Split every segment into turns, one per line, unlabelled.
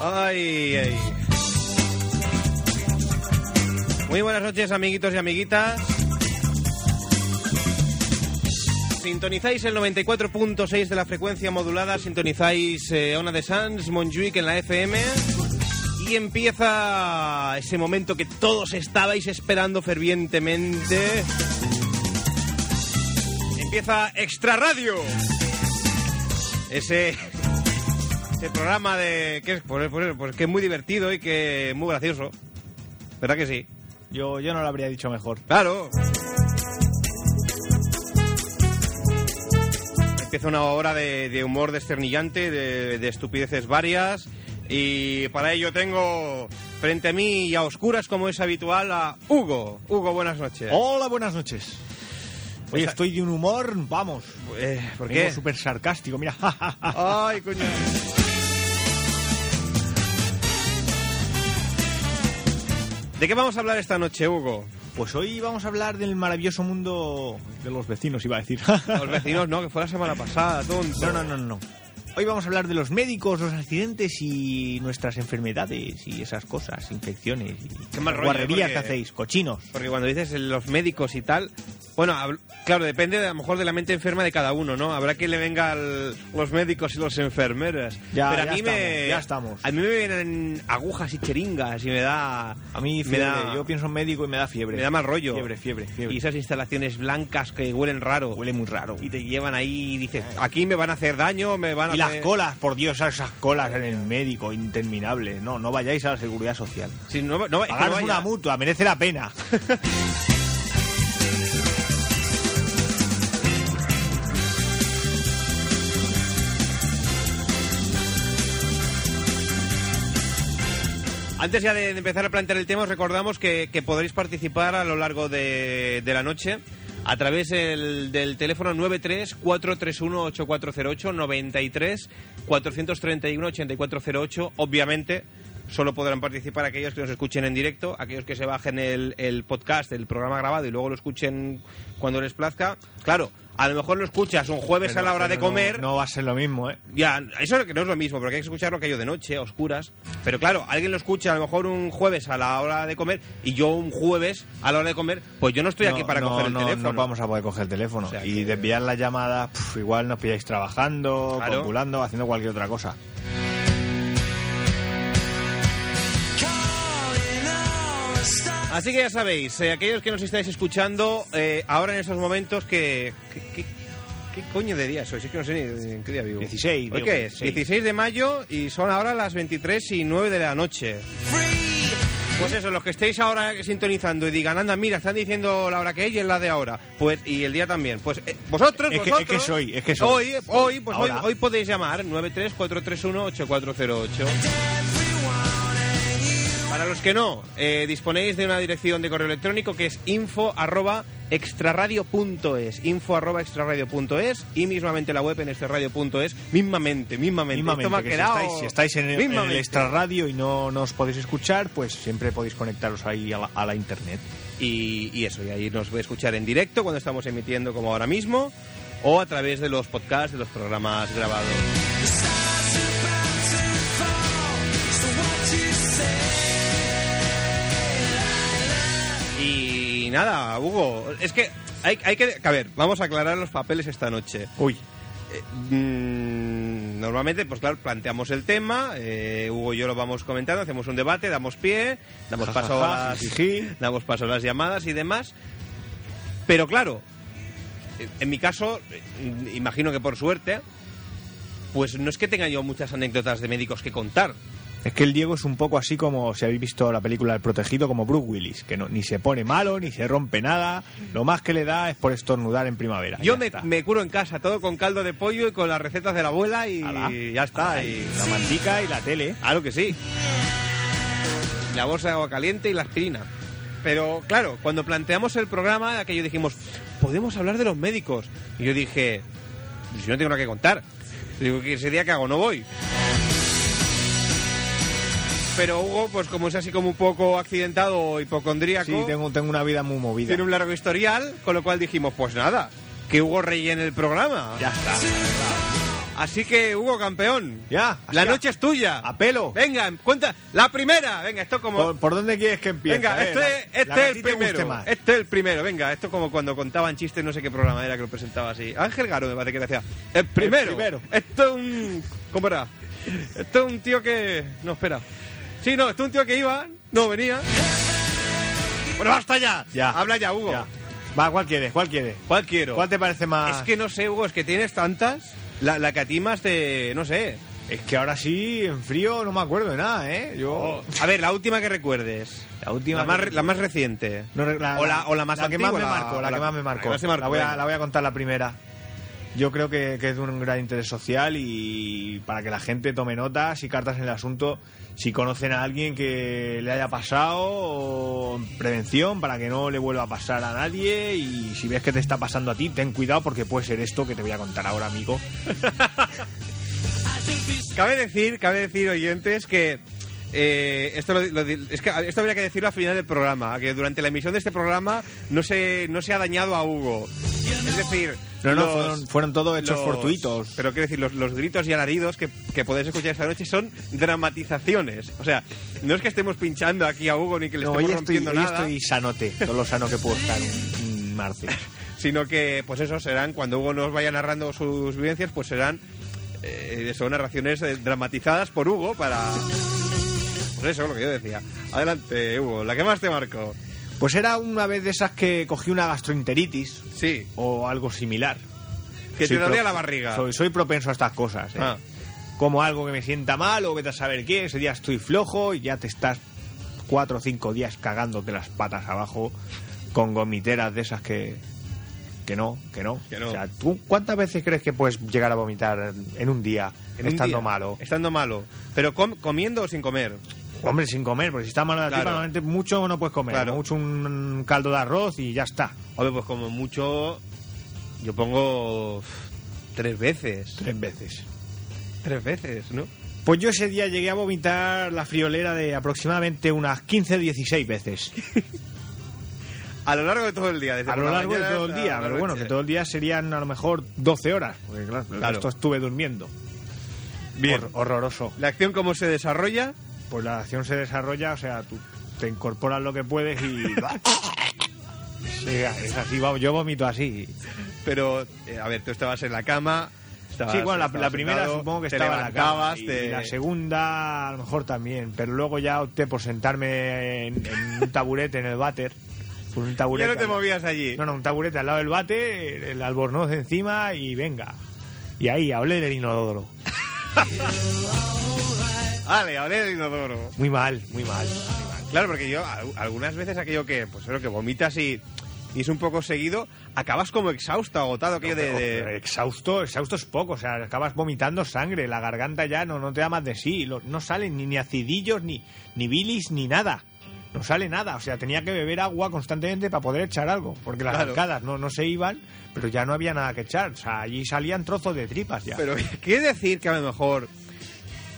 Ay, ay. Muy buenas noches, amiguitos y amiguitas. Sintonizáis el 94.6 de la frecuencia modulada, sintonizáis eh, Ona de Sans, Montjuic en la FM. Y empieza ese momento que todos estabais esperando fervientemente. Empieza Extra Radio. Ese ese programa de que es, pues, pues, pues que es muy divertido y que es muy gracioso. ¿Verdad que sí?
Yo, yo no lo habría dicho mejor.
Claro. Empieza una hora de, de humor desternillante, de, de estupideces varias. Y para ello tengo frente a mí y a oscuras, como es habitual, a Hugo. Hugo, buenas noches.
Hola, buenas noches. Hoy
Esta-
estoy de un humor, vamos.
Pues Eh, ¿Por
Vengo
qué?
súper sarcástico, mira.
Ay, coño. ¿De qué vamos a hablar esta noche, Hugo?
pues hoy vamos a hablar del maravilloso mundo de los vecinos, iba a decir.
Los vecinos, no, que fue la semana pasada, tonto.
no, no, no, no. Hoy vamos a hablar de los médicos, los accidentes y nuestras enfermedades y esas cosas, infecciones y
Qué mal rollo, porque-
guarrerías que hacéis, cochinos.
Porque cuando dices los médicos y tal, bueno, habl- claro, depende de, a lo mejor de la mente enferma de cada uno, ¿no? Habrá que le venga al- los médicos y los enfermeras.
Ya,
Pero a
ya
mí me,
estamos, ya estamos.
A mí me vienen agujas y cheringas y me da.
A mí
me
fiebre,
da,
yo pienso en médico y me da fiebre.
me da mal rollo.
Fiebre, fiebre, fiebre.
Y esas instalaciones blancas que huelen raro.
Huele muy raro.
y te llevan ahí y dices, aquí me van a hacer daño, me van a
Eh. Y las
hacer-
colas, por Dios, esas colas en el médico, interminables. No, no vayáis a la seguridad social.
Sí, no, no, es que no
Pagaros
vaya.
una mutua, merece la pena.
Antes ya de de empezar a plantear el tema, os recordamos que, que podréis participar a lo largo de, de la noche a través del, del teléfono 93-431-8408, 93-431-8408. Obviamente, solo podrán participar aquellos que nos escuchen en directo, aquellos que se bajen el, el podcast, el programa grabado y luego lo escuchen cuando les plazca. Claro, a lo mejor lo escuchas un jueves a la hora de
Pero no-
comer.
No, va a ser lo mismo, ¿eh?
Ya, eso que no es lo mismo, porque hay que escucharlo que yo de noche, a oscuras. Pero claro, alguien lo escucha a lo mejor un jueves a la hora de comer y yo un jueves a la hora de comer, pues yo no estoy aquí
No,
para
no,
coger el
no,
teléfono.
No vamos a poder coger el teléfono.
O sea
y
que-
desviar las llamadas, pf, igual nos pilláis trabajando,
Claro.
copulando, haciendo cualquier otra cosa.
Así que ya sabéis, eh, aquellos que nos estáis escuchando eh, ahora en estos momentos que... que- que- ¿Qué coño de día soy? Sí que no sé ni en qué día vivo.
16,
¿Hoy
digo,
qué es?
16.
16 de mayo y son ahora las 23 y 9 de la noche. Pues eso, los que estéis ahora sintonizando y digan, anda, mira, están diciendo la hora que es y es la de ahora. Pues, y el día también. Pues eh, vosotros,
Es que-
vosotros.
es que soy, es que soy.
Hoy, hoy, pues hoy,
Ahora.
hoy podéis llamar 93431-8408. Para los que no, eh, disponéis de una dirección de correo electrónico que es info arroba extraradio.es info arroba extraradio.es y mismamente la web en extraradio.es mismamente, mismamente,
Mismamente,
Esto me ha
que
quedado
si estáis, si estáis en, el, en el
mismamente.
extra radio y no, nos podéis escuchar, pues siempre podéis conectaros ahí a la, a la internet.
Y, y eso, y ahí nos voy a escuchar en directo cuando estamos emitiendo como ahora mismo o a través de los podcasts, de los programas grabados. Y nada, Hugo, es que hay, hay que... A ver, vamos a aclarar los papeles esta noche.
Uy,
Eh, mm, normalmente, pues claro, planteamos el tema, eh, Hugo y yo lo vamos comentando, hacemos un debate, damos pie, damos
Ja,
paso
ja, ja,
a las,
jiji.
damos paso a las llamadas y demás. Pero claro, eh, en mi caso, eh, mm, imagino que por suerte, pues no es que tenga yo muchas anécdotas de médicos que contar.
Es que el Diego es un poco así como si habéis visto la película El Protegido, como Bruce Willis, que no- ni se pone malo, ni se rompe nada. Lo más que le da es por estornudar en primavera.
Yo
ya
me,
está.
me curo en casa, todo con caldo de pollo y con las recetas de la abuela y
Ala,
ya está.
ala,
y-
La mantica y la tele.
Claro que sí. La bolsa de agua caliente y la aspirina. Pero claro, cuando planteamos el programa, aquello dijimos, podemos hablar de los médicos. Y yo dije, si no tengo nada que contar. Digo, que ese día que hago, no voy. Pero Hugo, pues como es así como un poco accidentado o hipocondríaco,
Sí, tengo, tengo una vida muy movida.
tiene un largo historial, con lo cual dijimos, pues nada, que Hugo rellene el programa.
Ya está.
Así que, Hugo, campeón.
Ya,
La
así a-
noche es tuya.
a pelo.
Oh. Venga, cuenta. La primera. Venga, esto como.
¿Por, por dónde quieres que empiece?
Venga,
A ver,
este,
la-
este
la que a
es
ti
el
te guste
primero.
más.
Este es el primero. Venga, esto como cuando contaban chistes, no sé qué programa era que lo presentaba así. Ángel Garo me parece que decía. El primero.
primero.
Esto es un. ¿Cómo era? Esto es un tío que. No, espera. Sí, no, esto es un tío que iba, no venía. Bueno, basta ya.
Ya.
Habla ya, Hugo.
Ya. Va, ¿cuál quieres? ¿Cuál quieres?
¿Cuál quiero?
¿Cuál te parece más?
Es que no sé, Hugo, es que tienes tantas. La, la que a ti más te. No sé.
Es que ahora sí, en frío, no me acuerdo de nada, ¿eh? Yo...
A ver, la última que recuerdes.
La última
La más,
que-
re- la más reciente.
No, la,
o, la, o la más
que más
antigua,
me marcó, la, que más me marcó.
La, que más se marcó,
La voy, a,
venga.
la voy a contar la primera. Yo creo que, que es de un gran interés social y para que la gente tome notas y cartas en el asunto, si conocen a alguien que le haya pasado, o prevención para que no le vuelva a pasar a nadie y si ves que te está pasando a ti, ten cuidado porque puede ser esto que te voy a contar ahora, amigo.
Cabe decir, cabe decir, oyentes, que eh, esto lo- lo di- es que esto habría que decirlo al final del programa, que durante la emisión de este programa no se no se ha dañado a Hugo. Es decir,
No, no,
los-
fueron, fueron todos hechos
los-
fortuitos.
Pero quiero decir, los, los gritos y alaridos que, que podéis escuchar esta noche son dramatizaciones. O sea, no es que estemos pinchando aquí a Hugo ni que le
No, hoy
estemos
estoy,
rompiendo
hoy
nada,
estoy sanote, todo lo sano que puedo estar un, un martes.
sino que, pues eso, serán, cuando Hugo nos vaya narrando sus vivencias, pues serán eh, son narraciones eh, dramatizadas por Hugo para... Pues eso es lo que yo decía. Adelante, Hugo, la que más te marco.
Pues era una vez de esas que cogí una gastroenteritis
Sí,
o algo similar.
que
Soy
te dolía
pro-
la barriga.
Soy, soy propenso a estas cosas. ¿eh?
Ah.
Como algo que me sienta mal o vete a saber qué, ese día estoy flojo y ya te estás cuatro o cinco días cagándote las patas abajo con gomiteras de esas que... Que no, que no.
Que no.
O sea, ¿tú cuántas veces crees que puedes llegar a vomitar en un día
En un
estando
día,
malo?
Estando malo. Pero com- comiendo o sin comer.
Hombre, sin comer, porque si está malo la
Claro.
tipa, normalmente mucho no puedes comer.
Claro.
Mucho un caldo de arroz y ya está.
Hombre, pues como mucho... Yo pongo... uf, Tres veces.
Tres veces.
Tres veces, ¿no?
Pues yo ese día llegué a vomitar la friolera de aproximadamente unas 15-16 veces.
A lo largo de todo el día. Desde
A
por
lo
la
largo de
mañana
todo el
hasta
día,
la
pero bueno,
noche. Pues,
que todo el día serían a lo mejor 12 horas. Porque claro, el
Claro.
resto estuve durmiendo.
Bien.
Hor- horroroso.
La acción cómo se desarrolla...
Pues la acción se desarrolla, o sea, tú te incorporas lo que puedes y... Sí, es así, vamos, yo vomito así.
Pero, eh, a ver, tú estabas en la cama. estabas-
Sí, bueno, la,
estabas
la primera
sentado,
supongo que
te
estaba en la cama,
levantabas,
y
te-
la segunda a lo mejor también, pero luego ya opté por sentarme en, en un taburete en el váter. Por un
Ya
taburete
no te
al-
movías allí.
No, no, un taburete al lado del bate, el albornoz encima y venga. Y ahí hablé del inodoro.
Vale, hablé del inodoro.
Muy mal, muy mal. muy mal.
Claro, porque yo al- algunas veces aquello que, pues es lo que vomitas y, y es un poco seguido, acabas como exhausto, agotado, aquello de... de-
Exhausto, exhausto es poco, o sea, acabas vomitando sangre, la garganta ya no, no te da más de sí, lo- no salen ni, ni acidillos, ni, ni bilis, ni nada. No sale nada, o sea, tenía que beber agua constantemente para poder echar algo, porque las
Claro.
arcadas no, no se iban, pero ya no había nada que echar, o sea, allí salían trozos de tripas ya.
Pero quiere decir que a lo mejor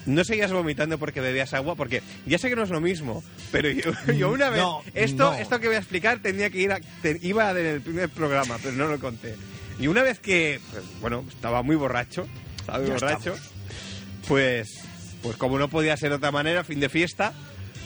no seguías vomitando porque bebías agua, porque ya sé que no es lo mismo, pero yo, yo una vez...
Mm, No,
esto,
no.
esto que voy a explicar tenía que ir a, te- iba en el primer programa, pero no lo conté. Y una vez que, pues, bueno, estaba muy borracho, estaba muy
Ya
borracho, pues, pues como no podía ser de otra manera, fin de fiesta,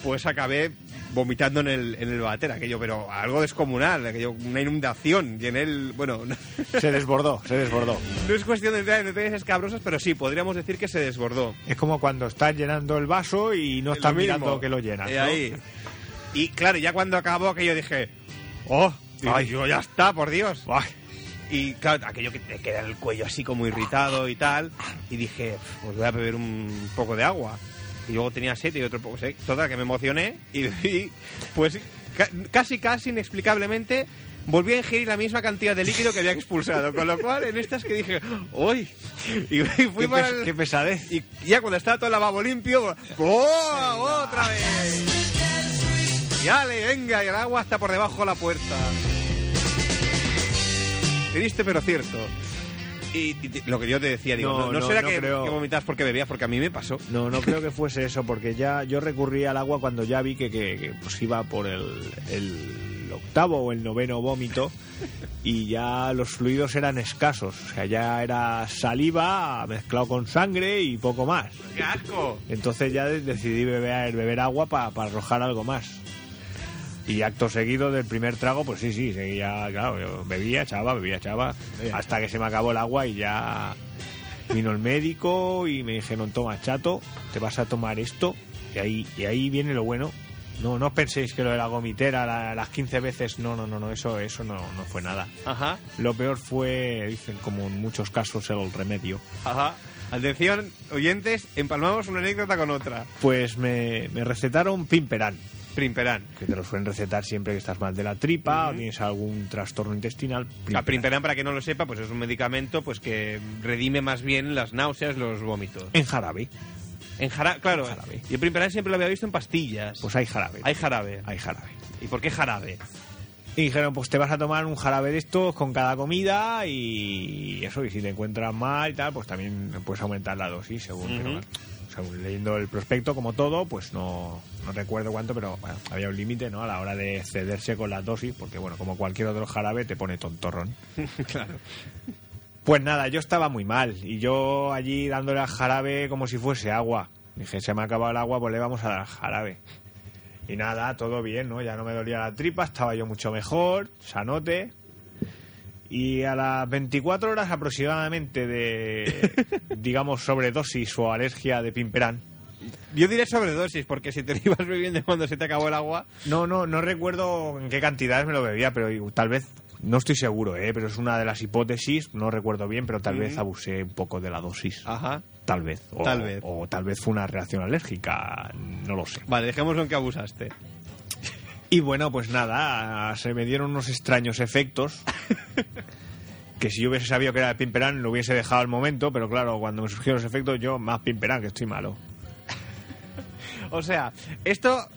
pues acabé vomitando en el, en el váter, aquello, pero algo descomunal, aquello, una inundación, y en él, bueno... no-
Se desbordó, se desbordó.
no es cuestión de entrar en detalles escabrosos, pero sí, podríamos decir que se desbordó.
Es como cuando estás llenando el vaso y no estás
Lo mismo.
mirando que lo llenas.
Eh,
¿no?
ahí. Y claro, ya cuando acabó aquello dije, oh,
Ay.
ay, yo ya está, por Dios.
Buah,
Y claro, aquello que te queda el cuello así como irritado y tal. Y dije, pues voy a beber un poco de agua. Y luego tenía sed y otro poco sed. Total, que me emocioné y, bebí, pues ca- casi, casi inexplicablemente volví a ingerir la misma cantidad de líquido que había expulsado. Con lo cual, en estas que dije, ¡uy! Y fui
qué,
para
pes-
el-
qué pesadez.
y ya cuando estaba todo el lavabo limpio, ¡oh! ¡Otra vez! Y ale, venga, y el agua está por debajo de la puerta. Triste pero cierto. Y, y te- lo que yo te decía, digo,
No,
no, no
no,
será
no
que,
creo.
que vomitas porque bebías, porque a mí me pasó.
No, no creo que fuese eso, porque ya yo recurrí al agua cuando ya vi que, que- que, pues, iba por el, el octavo o el noveno vómito y ya los fluidos eran escasos. O sea, ya era saliva mezclado con sangre y poco más.
¡Qué asco!
Entonces ya de- decidí beber, beber agua para arrojar algo más. Y acto seguido del primer trago, pues sí, sí, seguía, claro, yo bebía, echaba, bebía, echaba, hasta que se me acabó el agua y ya vino el médico y me dijeron, toma, chato, te vas a tomar esto, y ahí, y ahí viene lo bueno. No, no os penséis que lo de la gomitera, la- las 15 veces, no, no, no, no, eso, eso no, no fue nada.
Ajá,
Lo peor fue, dicen, como en muchos casos, el remedio.
ajá. Atención, oyentes, empalmamos una anécdota con otra.
Pues me, me recetaron pimperán.
Primperán.
que te lo suelen recetar siempre que estás mal de la tripa
Ujú.
o tienes algún trastorno intestinal.
La Primperán, para que no lo sepa, pues es un medicamento pues que redime más bien las náuseas, los vómitos.
En jarabe,
En jarabe, claro.
En jarabe.
Y el Primperán siempre lo había visto en pastillas.
pues hay jarabe.
hay jarabe.
Hay jarabe.
¿Y por qué jarabe?
Y dijeron, pues te vas a tomar un jarabe de estos con cada comida y eso, y si te encuentras mal y tal, pues también puedes aumentar la dosis según,
Ujú.
pero, según leyendo el prospecto, como todo, pues no, no recuerdo cuánto, pero bueno, había un límite, ¿no? A la hora de excederse con la dosis, porque bueno, como cualquier otro jarabe te pone tontorrón.
claro.
Pues nada, yo estaba muy mal y yo allí dándole al jarabe como si fuese agua. Dije, se me ha acabado el agua, pues le vamos a dar al jarabe. Y nada, todo bien, ¿no? Ya no me dolía la tripa, estaba yo mucho mejor, sanote. Y a las 24 horas aproximadamente de, digamos, sobredosis o alergia de pimperán,
Yo diré sobredosis, porque si te lo ibas bebiendo cuando se te acabó el agua,
No, no, no recuerdo en qué cantidades me lo bebía, pero digo, tal vez, no estoy seguro, ¿eh? pero es una de las hipótesis, no recuerdo bien, pero tal
Ujú.
vez abusé un poco de la dosis.
Ajá.
Tal vez. O,
Tal vez.
O tal vez fue una reacción alérgica, no lo sé.
Vale, dejémoslo en que abusaste.
Y bueno, pues nada, se me dieron unos extraños efectos. Que si yo hubiese sabido que era de Pimperán, lo hubiese dejado al momento, pero claro, cuando me surgieron los efectos, yo más Pimperán, que estoy malo.
O sea, esto,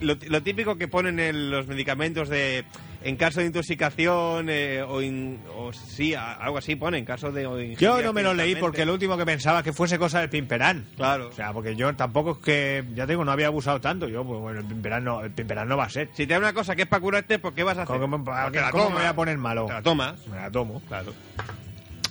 lo, lo típico que ponen en los medicamentos de. En caso de intoxicación eh, o, in- o sí, a- algo así pone, en caso de... o
Yo
ingerir
no me lo leí
accidentalmente.
porque lo último que pensaba que fuese cosa del Pimperán.
Claro.
O sea, porque yo tampoco es que, ya te digo, no había abusado tanto. Yo, pues bueno, el Pimperán no, el Pimperán no va a ser.
si te da una cosa que es para curarte, ¿por qué vas a hacer?
¿Cómo,
Pues te la
cómo me
tomas.
voy a poner malo?
Te la tomas.
Me la tomo.
Claro.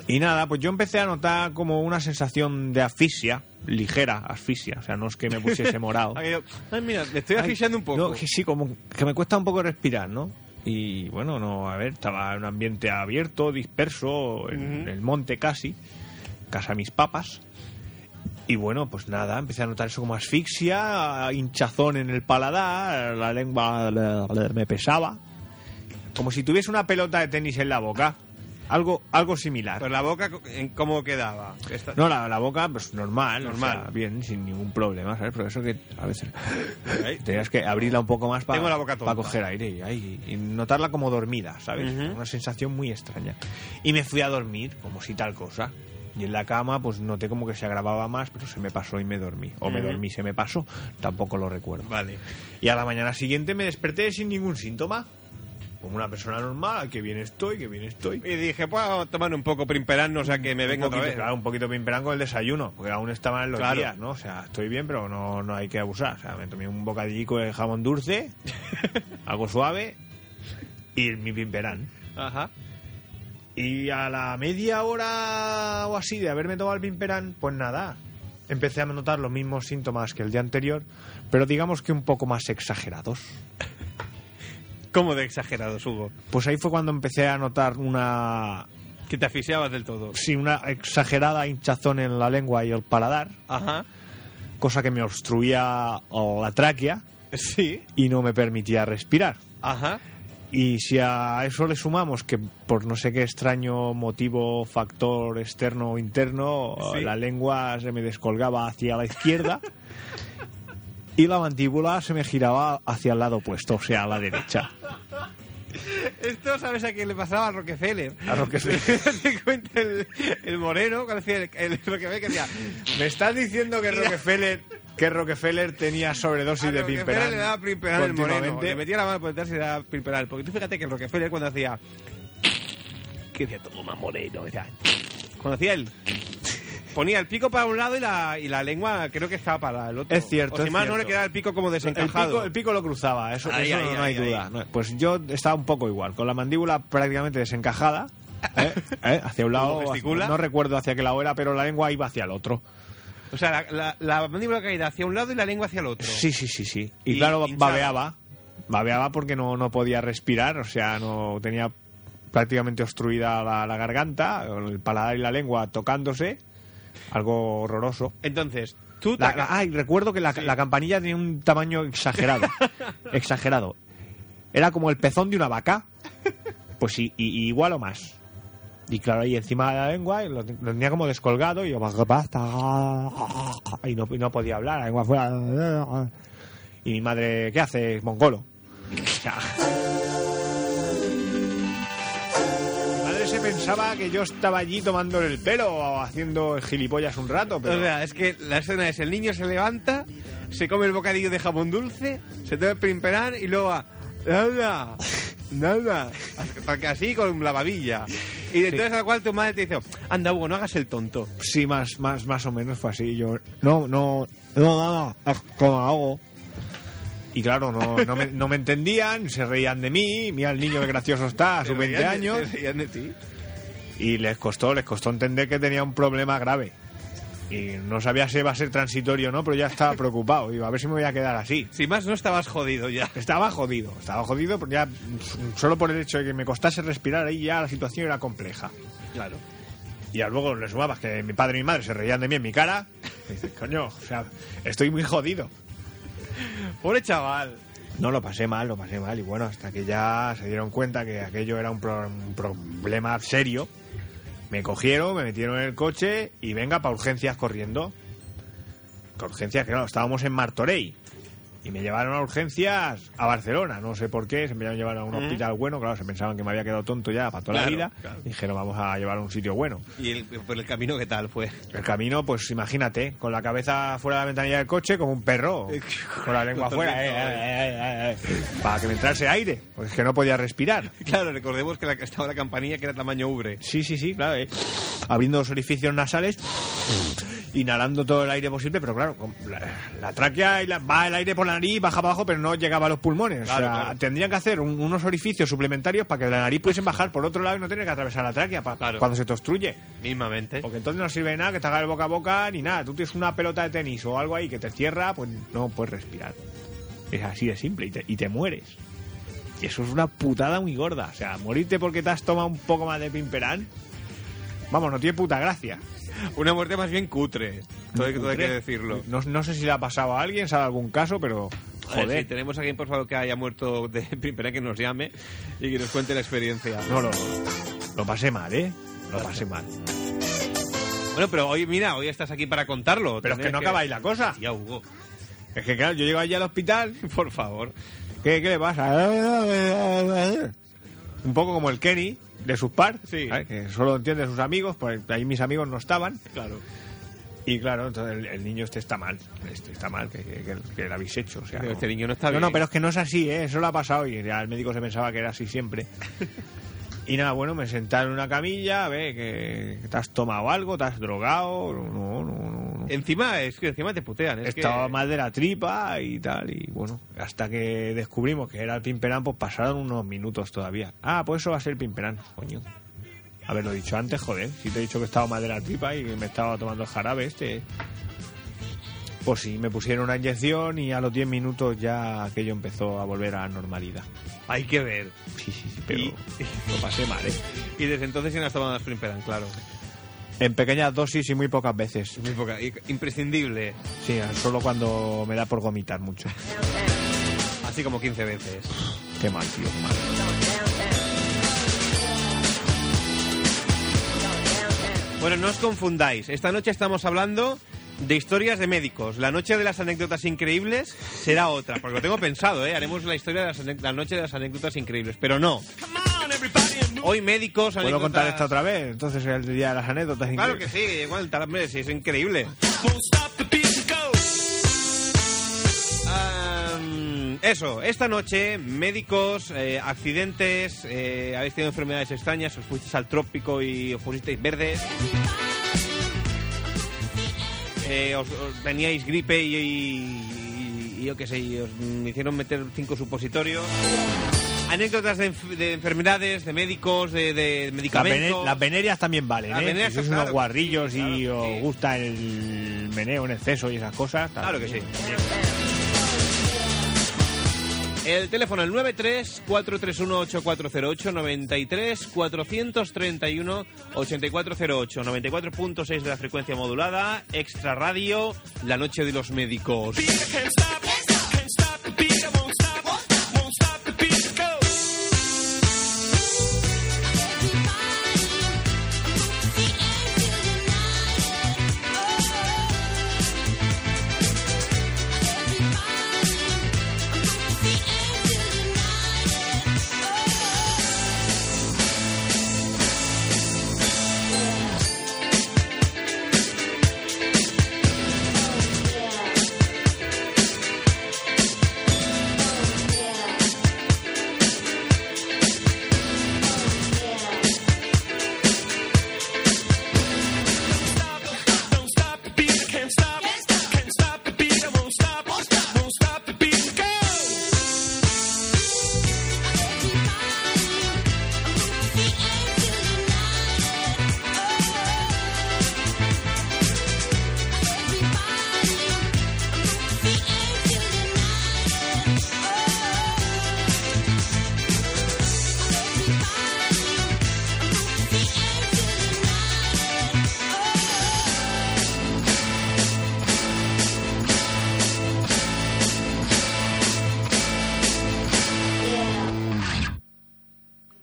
Y nada, pues yo empecé a notar como una sensación de asfixia, ligera asfixia, o sea, no es que me pusiese morado.
Aquello, Ay, mira, le estoy
Ay,
asfixiando un poco.
no, que sí, como que me cuesta un poco respirar, ¿no? Y bueno, no, a ver, estaba en un ambiente abierto, disperso, en
Ujú.
el monte casi, casa de mis papas. Y bueno, pues nada, empecé a notar eso como asfixia, hinchazón en el paladar, la lengua la- la- me pesaba. Como si tuviese una pelota de tenis en la boca. Algo, algo similar.
Pues la boca, co- en ¿cómo quedaba? Esta-
No, la, la boca, pues normal, normal.
Normal.
bien, sin ningún problema, ¿sabes? Pero eso que a veces
Ahí.
tenías que abrirla un poco más para
Tengo la boca tonta.
coger aire y, ahí- y notarla como dormida, ¿sabes?
Ujú.
Una sensación muy extraña. Y me fui a dormir, como si tal cosa. Y en la cama, pues noté como que se agravaba más, pero se me pasó y me dormí. O me
Ujú.
dormí, se me pasó. Tampoco lo recuerdo.
Vale.
Y a la mañana siguiente me desperté sin ningún síntoma. Como una persona normal, "Ay, que bien estoy, que bien estoy.
Y dije, puedo tomar un poco primperán, no sea que me venga
un
otra
poquito,
vez.
claro, un poquito pimperán con el desayuno, porque aún estaban en los
Claro.
días, ¿no? O sea, estoy bien, pero no, no hay que abusar. O sea, me tomé un bocadillico de jamón dulce, algo suave, y mi pimperán.
Ajá.
Y a la media hora o así de haberme tomado el pimperán, pues nada, empecé a notar los mismos síntomas que el día anterior, pero digamos que un poco más exagerados.
¿Cómo de exagerado, Hugo?
Pues ahí fue cuando empecé a notar una,
Que te asfixiabas del todo.
sí, una exagerada hinchazón en la lengua y el paladar.
Ajá.
cosa que me obstruía la tráquea
Sí.
y no me permitía respirar.
Ajá.
Y si a eso le sumamos que por no sé qué extraño motivo, factor externo o interno,
Sí.
la lengua se me descolgaba hacia la izquierda y la mandíbula se me giraba hacia el lado opuesto, o sea, a la derecha.
Esto, ¿sabes a quién le pasaba? A Rockefeller.
A Rockefeller.
Te cuenta el, el moreno, que decía el, el Rockefeller que decía...
Me estás diciendo que Rockefeller, que Rockefeller tenía sobredosis
a
de
Ah, Rockefeller
pimperán.
le daba primperán el moreno.
continuamente?
Le metía la mano por detrás y le daba primperán. Porque tú fíjate que el Rockefeller cuando hacía... Que decía, todo más moreno. decía, Cuando hacía él... ponía el pico para un lado y la, y la lengua creo que estaba para el otro.
Es cierto,
O si
es
más no
cierto.
le quedaba el pico como
El
desencajado.
pico, el pico lo cruzaba, eso,
Ahí,
eso
ahí,
no hay
ahí,
duda.
ahí.
No, Pues yo estaba un poco igual, con la mandíbula prácticamente desencajada, ¿eh? ¿eh? hacia un lado,
¿Cómo gesticula?
hacia- no recuerdo hacia qué lado era, pero la lengua iba hacia el otro.
O sea, la, la, la mandíbula caída hacia un lado y la lengua hacia el otro.
Sí, sí, sí, sí. Y,
Y
claro,
hinchada.
babeaba. Babeaba porque no, no podía respirar, o sea, no tenía prácticamente obstruida la, la garganta, el paladar y la lengua tocándose, algo horroroso.
Entonces, tú...
La-
te-
la- ay, recuerdo que la, la campanilla tenía un tamaño exagerado. exagerado. Era como el pezón de una vaca. Pues sí, y, y igual o más. Y claro, ahí encima de la lengua y lo, lo tenía como descolgado y yo, y no, y no podía hablar, la lengua fuera. Y mi madre, ¿qué haces, mongolo? O sea, mi madre se pensaba que yo estaba allí tomándole el pelo o haciendo el gilipollas un rato, pero...
O sea, es que la escena es el niño se levanta, se come el bocadillo de jamón dulce, se debe primperar y luego va... Nada, nada. Hasta que Así con la babilla. Y entonces al cual tu madre te dice, anda Hugo, no hagas el tonto.
Sí, más, más, más o menos fue así. Yo, no, no, no, nada, haz como hago. Y claro, no, no, me, no me entendían, se reían de mí, mira el niño que gracioso está, a sus 20 años.
Te reían de ti.
Y les costó, les costó entender que tenía un problema grave. Y no sabía si iba a ser transitorio o no, pero ya estaba preocupado. Digo, a ver si me voy a quedar así.
Si más no estabas jodido ya.
Estaba jodido, estaba jodido, pero ya solo por el hecho de que me costase respirar ahí ya la situación era compleja.
Claro.
Y ya luego le sumabas que mi padre y mi madre se reían de mí en mi cara. Y dices, coño, o sea, estoy muy jodido.
Pobre chaval.
No, lo pasé mal, lo pasé mal. Y bueno, hasta que ya se dieron cuenta que aquello era un, pro- un problema serio, me cogieron, me metieron en el coche y venga para urgencias corriendo. Con urgencias, claro, estábamos en Martorey. Y me llevaron a urgencias a Barcelona, no sé por qué, se me llevaron a un
Mm.
hospital bueno, claro, se pensaban que me había quedado tonto ya para toda
Claro,
la vida.
claro.
Dijeron, vamos a llevar a un sitio bueno.
¿Y el, por el camino qué tal fue?
El camino, pues imagínate, con la cabeza fuera de la ventanilla del coche como un perro, con la lengua fuera, eh, eh, eh, eh, eh, para que me entrase aire, pues que no podía respirar.
Claro, recordemos que la, estaba la campanilla que era tamaño ubre.
Sí, sí, sí, claro, eh. abriendo los orificios nasales, inhalando todo el aire posible, pero claro, con la, la tráquea y la- va el aire por la nariz, baja para abajo, pero no llegaba a los pulmones.
Claro,
o sea,
claro.
tendrían que hacer un- unos orificios suplementarios para que la nariz pudiesen bajar por otro lado y no tener que atravesar la tráquea pa-
Claro.
cuando se te obstruye.
Mismamente.
Porque entonces no sirve de nada que te haga el boca a boca ni nada. Tú tienes una pelota de tenis o algo ahí que te cierra, pues no puedes respirar. Es así de simple y te, y te mueres. Y eso es una putada muy gorda. O sea, morirte porque te has tomado un poco más de pimperán. Vamos, no tiene puta gracia.
Una muerte más bien cutre. Todo hay, todo hay que decirlo.
No, no sé si le ha pasado a alguien, sabe algún caso, pero.
A ver, si
Joder.
tenemos a alguien, por favor, que haya muerto de primera, que nos llame y que nos cuente la experiencia.
No lo. Lo pasé mal, ¿eh? Lo pasé mal.
Bueno, pero hoy, mira, hoy estás aquí para contarlo.
Pero es que no acaba ahí la cosa.
Ya, Hugo,
Es que, claro, yo llego allí al hospital
por favor.
¿Qué, qué le pasa? Un poco como el Kenny de sus par,
Sí.
¿sabes? que solo entiende sus amigos, pues ahí mis amigos no estaban.
Claro.
Y claro, entonces el, el niño este está mal, este está mal, que, que, que- que lo habéis hecho. o sea,
Pero
no-
este niño no está
no,
bien.
no, pero es que no es así, ¿eh? Eso lo ha pasado y ya el médico se pensaba que era así siempre. Y nada, bueno, me sentaron en una camilla, ve que, que te has tomado algo, te has drogado, no, no, no. no.
Encima, es que encima te putean. Es
Estaba
que...
mal de la tripa y tal, y bueno, hasta que descubrimos que era el Pimperán, pues pasaron unos minutos todavía. Ah, pues eso va a ser el Pimperán, coño. Haberlo dicho antes, joder, si te he dicho que estaba mal de la tripa y que me estaba tomando el jarabe este. Pues sí, me pusieron una inyección y a los 10 minutos ya aquello empezó a volver a la normalidad.
Hay que ver.
Sí, sí, sí, pero
Y-
lo pasé mal, ¿eh?
Y desde entonces ya no has tomado más primperan, claro.
En pequeñas dosis y muy pocas veces.
Muy poca. y- Imprescindible.
Sí, solo cuando me da por vomitar mucho.
Así como 15 veces.
Qué mal, tío, qué mal.
Bueno, no os confundáis. Esta noche estamos hablando de historias de médicos. La noche de las anécdotas increíbles será otra, porque lo tengo pensado, ¿eh? Haremos la historia de las ane- la noche de las anécdotas increíbles, pero no. Hoy médicos,
¿Puedo
anécdotas-
contar esta otra vez? Entonces el día de las anécdotas.
Claro que sí, cuéntala, hombre, sí, es increíble. Am, eso, esta noche, médicos, eh, accidentes, eh, habéis tenido enfermedades extrañas, os fuisteis al trópico y os pusisteis verdes. eh, os, os teníais gripe y, y- y yo qué sé, y os mm, hicieron meter cinco supositorios. Anécdotas de, enf- de enfermedades, de médicos, de, de
Las, vene-
medicamentos.
las venerias también valen,
Las
¿eh?
venerias,
si sois
claro que
unos guarrillos
sí,
y
claro que
os
sí.
gusta el meneo en exceso y esas cosas.
Claro que sí.
también.
El teléfono el 93 431 8408 93 431 8408 94.6 de la frecuencia modulada, extra radio, la noche de los médicos.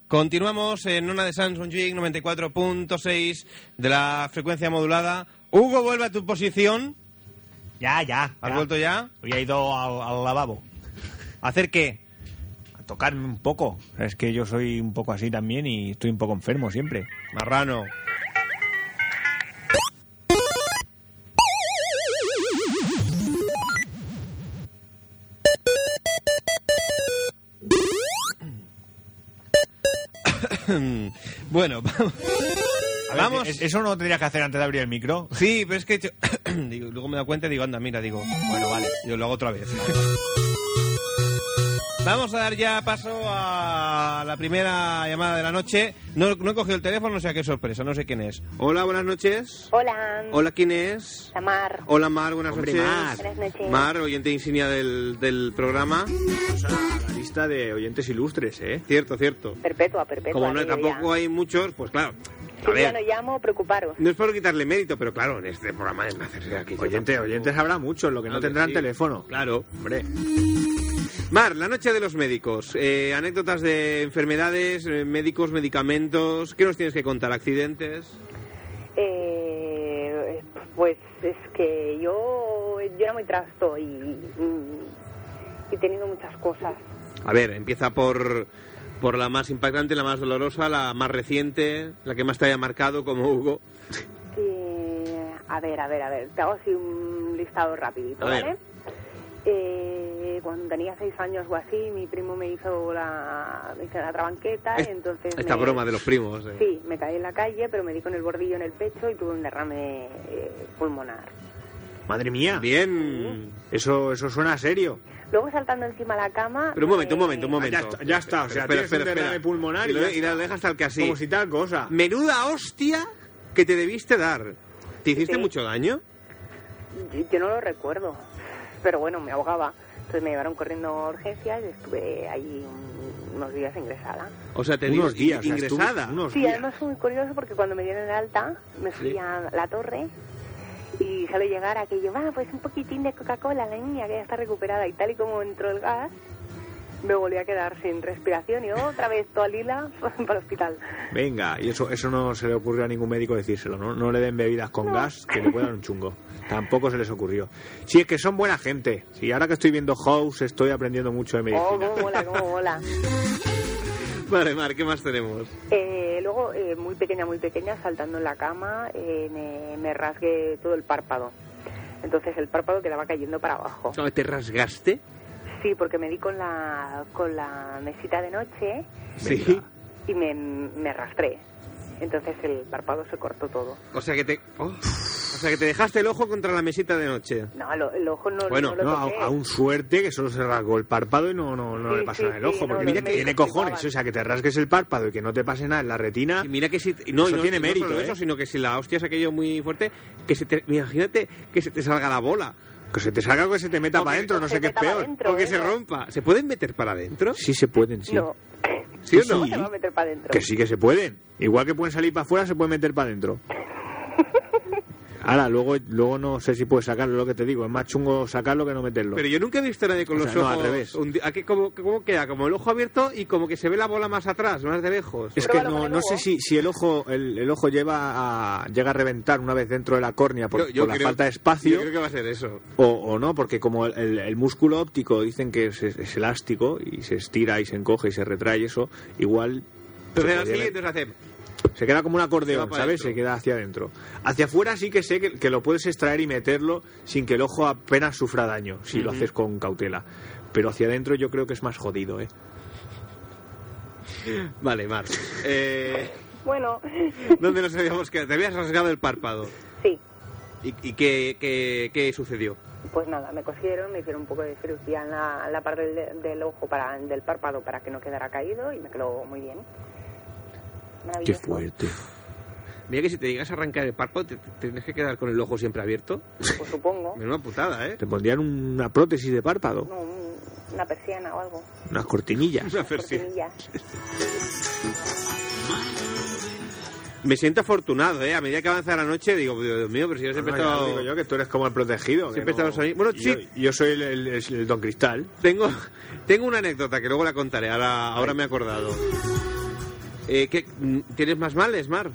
Continuamos en una de Samsung Jig 94.6 de la frecuencia modulada. Hugo, vuelve a tu posición.
Ya, ya.
¿Has
ya.
vuelto ya?
Hoy ha ido al, al lavabo
¿A ¿Hacer qué?
a tocarme un poco. Es que yo soy un poco así también y estoy un poco enfermo siempre.
Marrano. bueno, vamos.
A ver,
Vamos.
¿es- Eso no tendrías que hacer antes de abrir el micro.
Sí, pero es que yo- digo, luego me da cuenta y digo, anda, mira, digo, bueno, vale, yo lo hago otra vez. Vamos a dar ya paso a la primera llamada de la noche. No, no he cogido el teléfono, o sea qué sorpresa, no sé quién es. Hola, buenas noches.
Hola,
Hola, ¿quién es?
Tamar.
Hola, Mar, buenas
Hombre,
noches.
Mar.
Buenas noches.
Mar, oyente insignia del, del programa.
La lista de oyentes ilustres, ¿eh?
Cierto, cierto.
Perpetua, perpetua.
Como no,
digo
tampoco
ya.
hay muchos, pues claro. A
Si ya no
ver,
llamo, preocuparos.
no es por quitarle mérito, pero claro, en este programa es hacerse aquí.
Oyentes, oyentes habrá muchos, lo que no
Claro que
tendrán
sí.
teléfono.
Claro.
Hombre,
Mar, la noche de los médicos. Eh, anécdotas de enfermedades, eh, médicos, medicamentos. ¿Qué nos tienes que contar? ¿Accidentes?
Eh, pues es que yo, yo era muy trasto y, y, y he tenido muchas cosas.
A ver, empieza por, por la más impactante, la más dolorosa, la más reciente, la que más te haya marcado como Hugo.
Eh, a ver, a ver, a ver, te hago así un listado rapidito,
A ver.
¿vale? Eh, cuando tenía seis años o así, mi primo me hizo la, me hizo la trabanqueta
Es-
y entonces...
Esta
me-
broma de los primos. eh.
Sí, me caí en la calle, pero me di con el bordillo en el pecho y tuve un derrame eh, pulmonar.
madre mía.
Bien.
Eso, eso suena serio.
Luego saltando encima de la cama. eh,
Pero un momento, un momento, un
me-
momento.
Ah, Ya está- ya está, o sea, tienes un derrame pulmonar
y
y
lo,
ya
y lo dejas tal que así.
Como si tal cosa.
Menuda hostia que te debiste dar. ¿Te hiciste
Sí.
mucho daño?
Yo, yo no lo recuerdo. Pero bueno, me ahogaba. Entonces me llevaron corriendo a urgencias y estuve ahí un- unos días ingresada.
O sea, te
unos
digo,
días, o sea, estuvo-
ingresada.
unos
Sí,
días.
además fue muy curioso porque cuando me dieron el alta, me fui
Sí.
a la torre y sale llegar aquello, va, pues un poquitín de Coca-Cola, la niña que ya está recuperada. Y tal y como entró el gas, me volví a quedar sin respiración y otra vez toda lila para el hospital.
Venga, y eso, eso no se le ocurrió a ningún médico decírselo, ¿no? No le den bebidas con gas que le puedan un chungo. Tampoco se les ocurrió. Si es que son buena gente. Si ahora que estoy viendo House estoy aprendiendo mucho de
Oh,
medicina.
cómo mola, cómo mola.
Vale, Mar, ¿qué más tenemos?
Eh, luego, eh, muy pequeña, muy pequeña, saltando en la cama, eh, me, me rasgué todo el párpado. Entonces el párpado quedaba cayendo para abajo.
¿Te rasgaste?
Sí, porque me di con la, con la mesita de noche
Sí.
Venga.
y me, me arrastré. Entonces el párpado se cortó todo.
O sea que te. oh, o sea, que te dejaste el ojo contra la mesita de noche.
No, lo- el ojo no,
Bueno,
no lo
No,
toqué.
a- aún suerte que solo se rasgó el párpado y no, no, no
Sí,
le pasó nada
sí,
en el ojo,
sí,
porque
no,
mira
los
que tiene
médicos
cojones,
flipaban.
o sea, que te rasgues el párpado y que no te pase nada en la retina.
Y mira que si no, y
Eso
no-
tiene
y no
mérito,
solo
¿eh?
eso, sino que si la hostia es aquello muy fuerte, que se te, imagínate que se te salga la bola.
Que se te salga o que se te meta
O
para
que-
adentro,
o
no
se
sé qué es
meta pa'
peor.
dentro,
o que
¿eh?
se rompa. ¿Se pueden meter para adentro?
Sí se pueden, sí.
No.
¿Sí o no?
No se va a meter para adentro.
Que sí que se pueden. Igual que pueden salir para afuera, se pueden meter para adentro. Ahora, luego, luego no sé si puedes sacarlo, lo que te digo. Es más chungo sacarlo que no meterlo.
Pero yo nunca he visto a nadie con
O
los
sea, no,
ojos.
al revés.
hundi- ¿a qué- cómo, cómo queda? Como el ojo abierto y como que se ve la bola más atrás, más de lejos.
es que
Pruébalo con
no,
el
no
ojo.
sé si, si el ojo el, el ojo lleva a, llega a reventar una vez dentro de la córnea por, por la
creo-
falta de espacio
Yo creo que va a ser eso.
o, o no, porque como el, el- el músculo óptico dicen que es, es- es elástico y se estira y se encoge y se retrae y eso, igual se,
Entonces
podría
así,
ver-
entonces hace...
se queda como un
Se va
acordeón,
para
¿sabes?
adentro.
Se queda hacia adentro. Hacia afuera sí que sé que, que lo puedes extraer y meterlo sin que el ojo apenas sufra daño, si lo
Ujú.
haces con cautela. Pero hacia adentro yo creo que es más jodido, ¿eh?
Vale, Mar. Eh,
Bueno,
¿Dónde nos habíamos quedado? Te habías rasgado el párpado.
sí.
¿Y, y qué, qué- qué sucedió?
Pues nada, me cosieron, me hicieron un poco de cirugía en la, en la parte del, del ojo, para, del párpado, para que no quedara caído y me quedó muy bien.
Qué
Maravilloso.
fuerte.
Mira que si te llegas a arrancar el párpado, te, te tienes que quedar con el ojo siempre abierto.
Pues supongo.
Menuda putada, ¿eh?
Te pondrían una prótesis de párpado,
No, un- una persiana o algo.
unas cortinillas.
Una persiana.
cortinilla.
Me siento afortunado, ¿eh? A medida que avanza la noche, digo, Dios mío, pero si yo siempre he
No, ya
estado-
lo digo yo que tú eres como el protegido. que
Siempre estamos ahí. Bueno,
Y
sí.
Yo, yo soy el, el- el don Cristal.
Tengo, tengo una anécdota que luego la contaré, ahora, ahora me he acordado. Eh, ¿qué- ¿Tienes más males, Mar?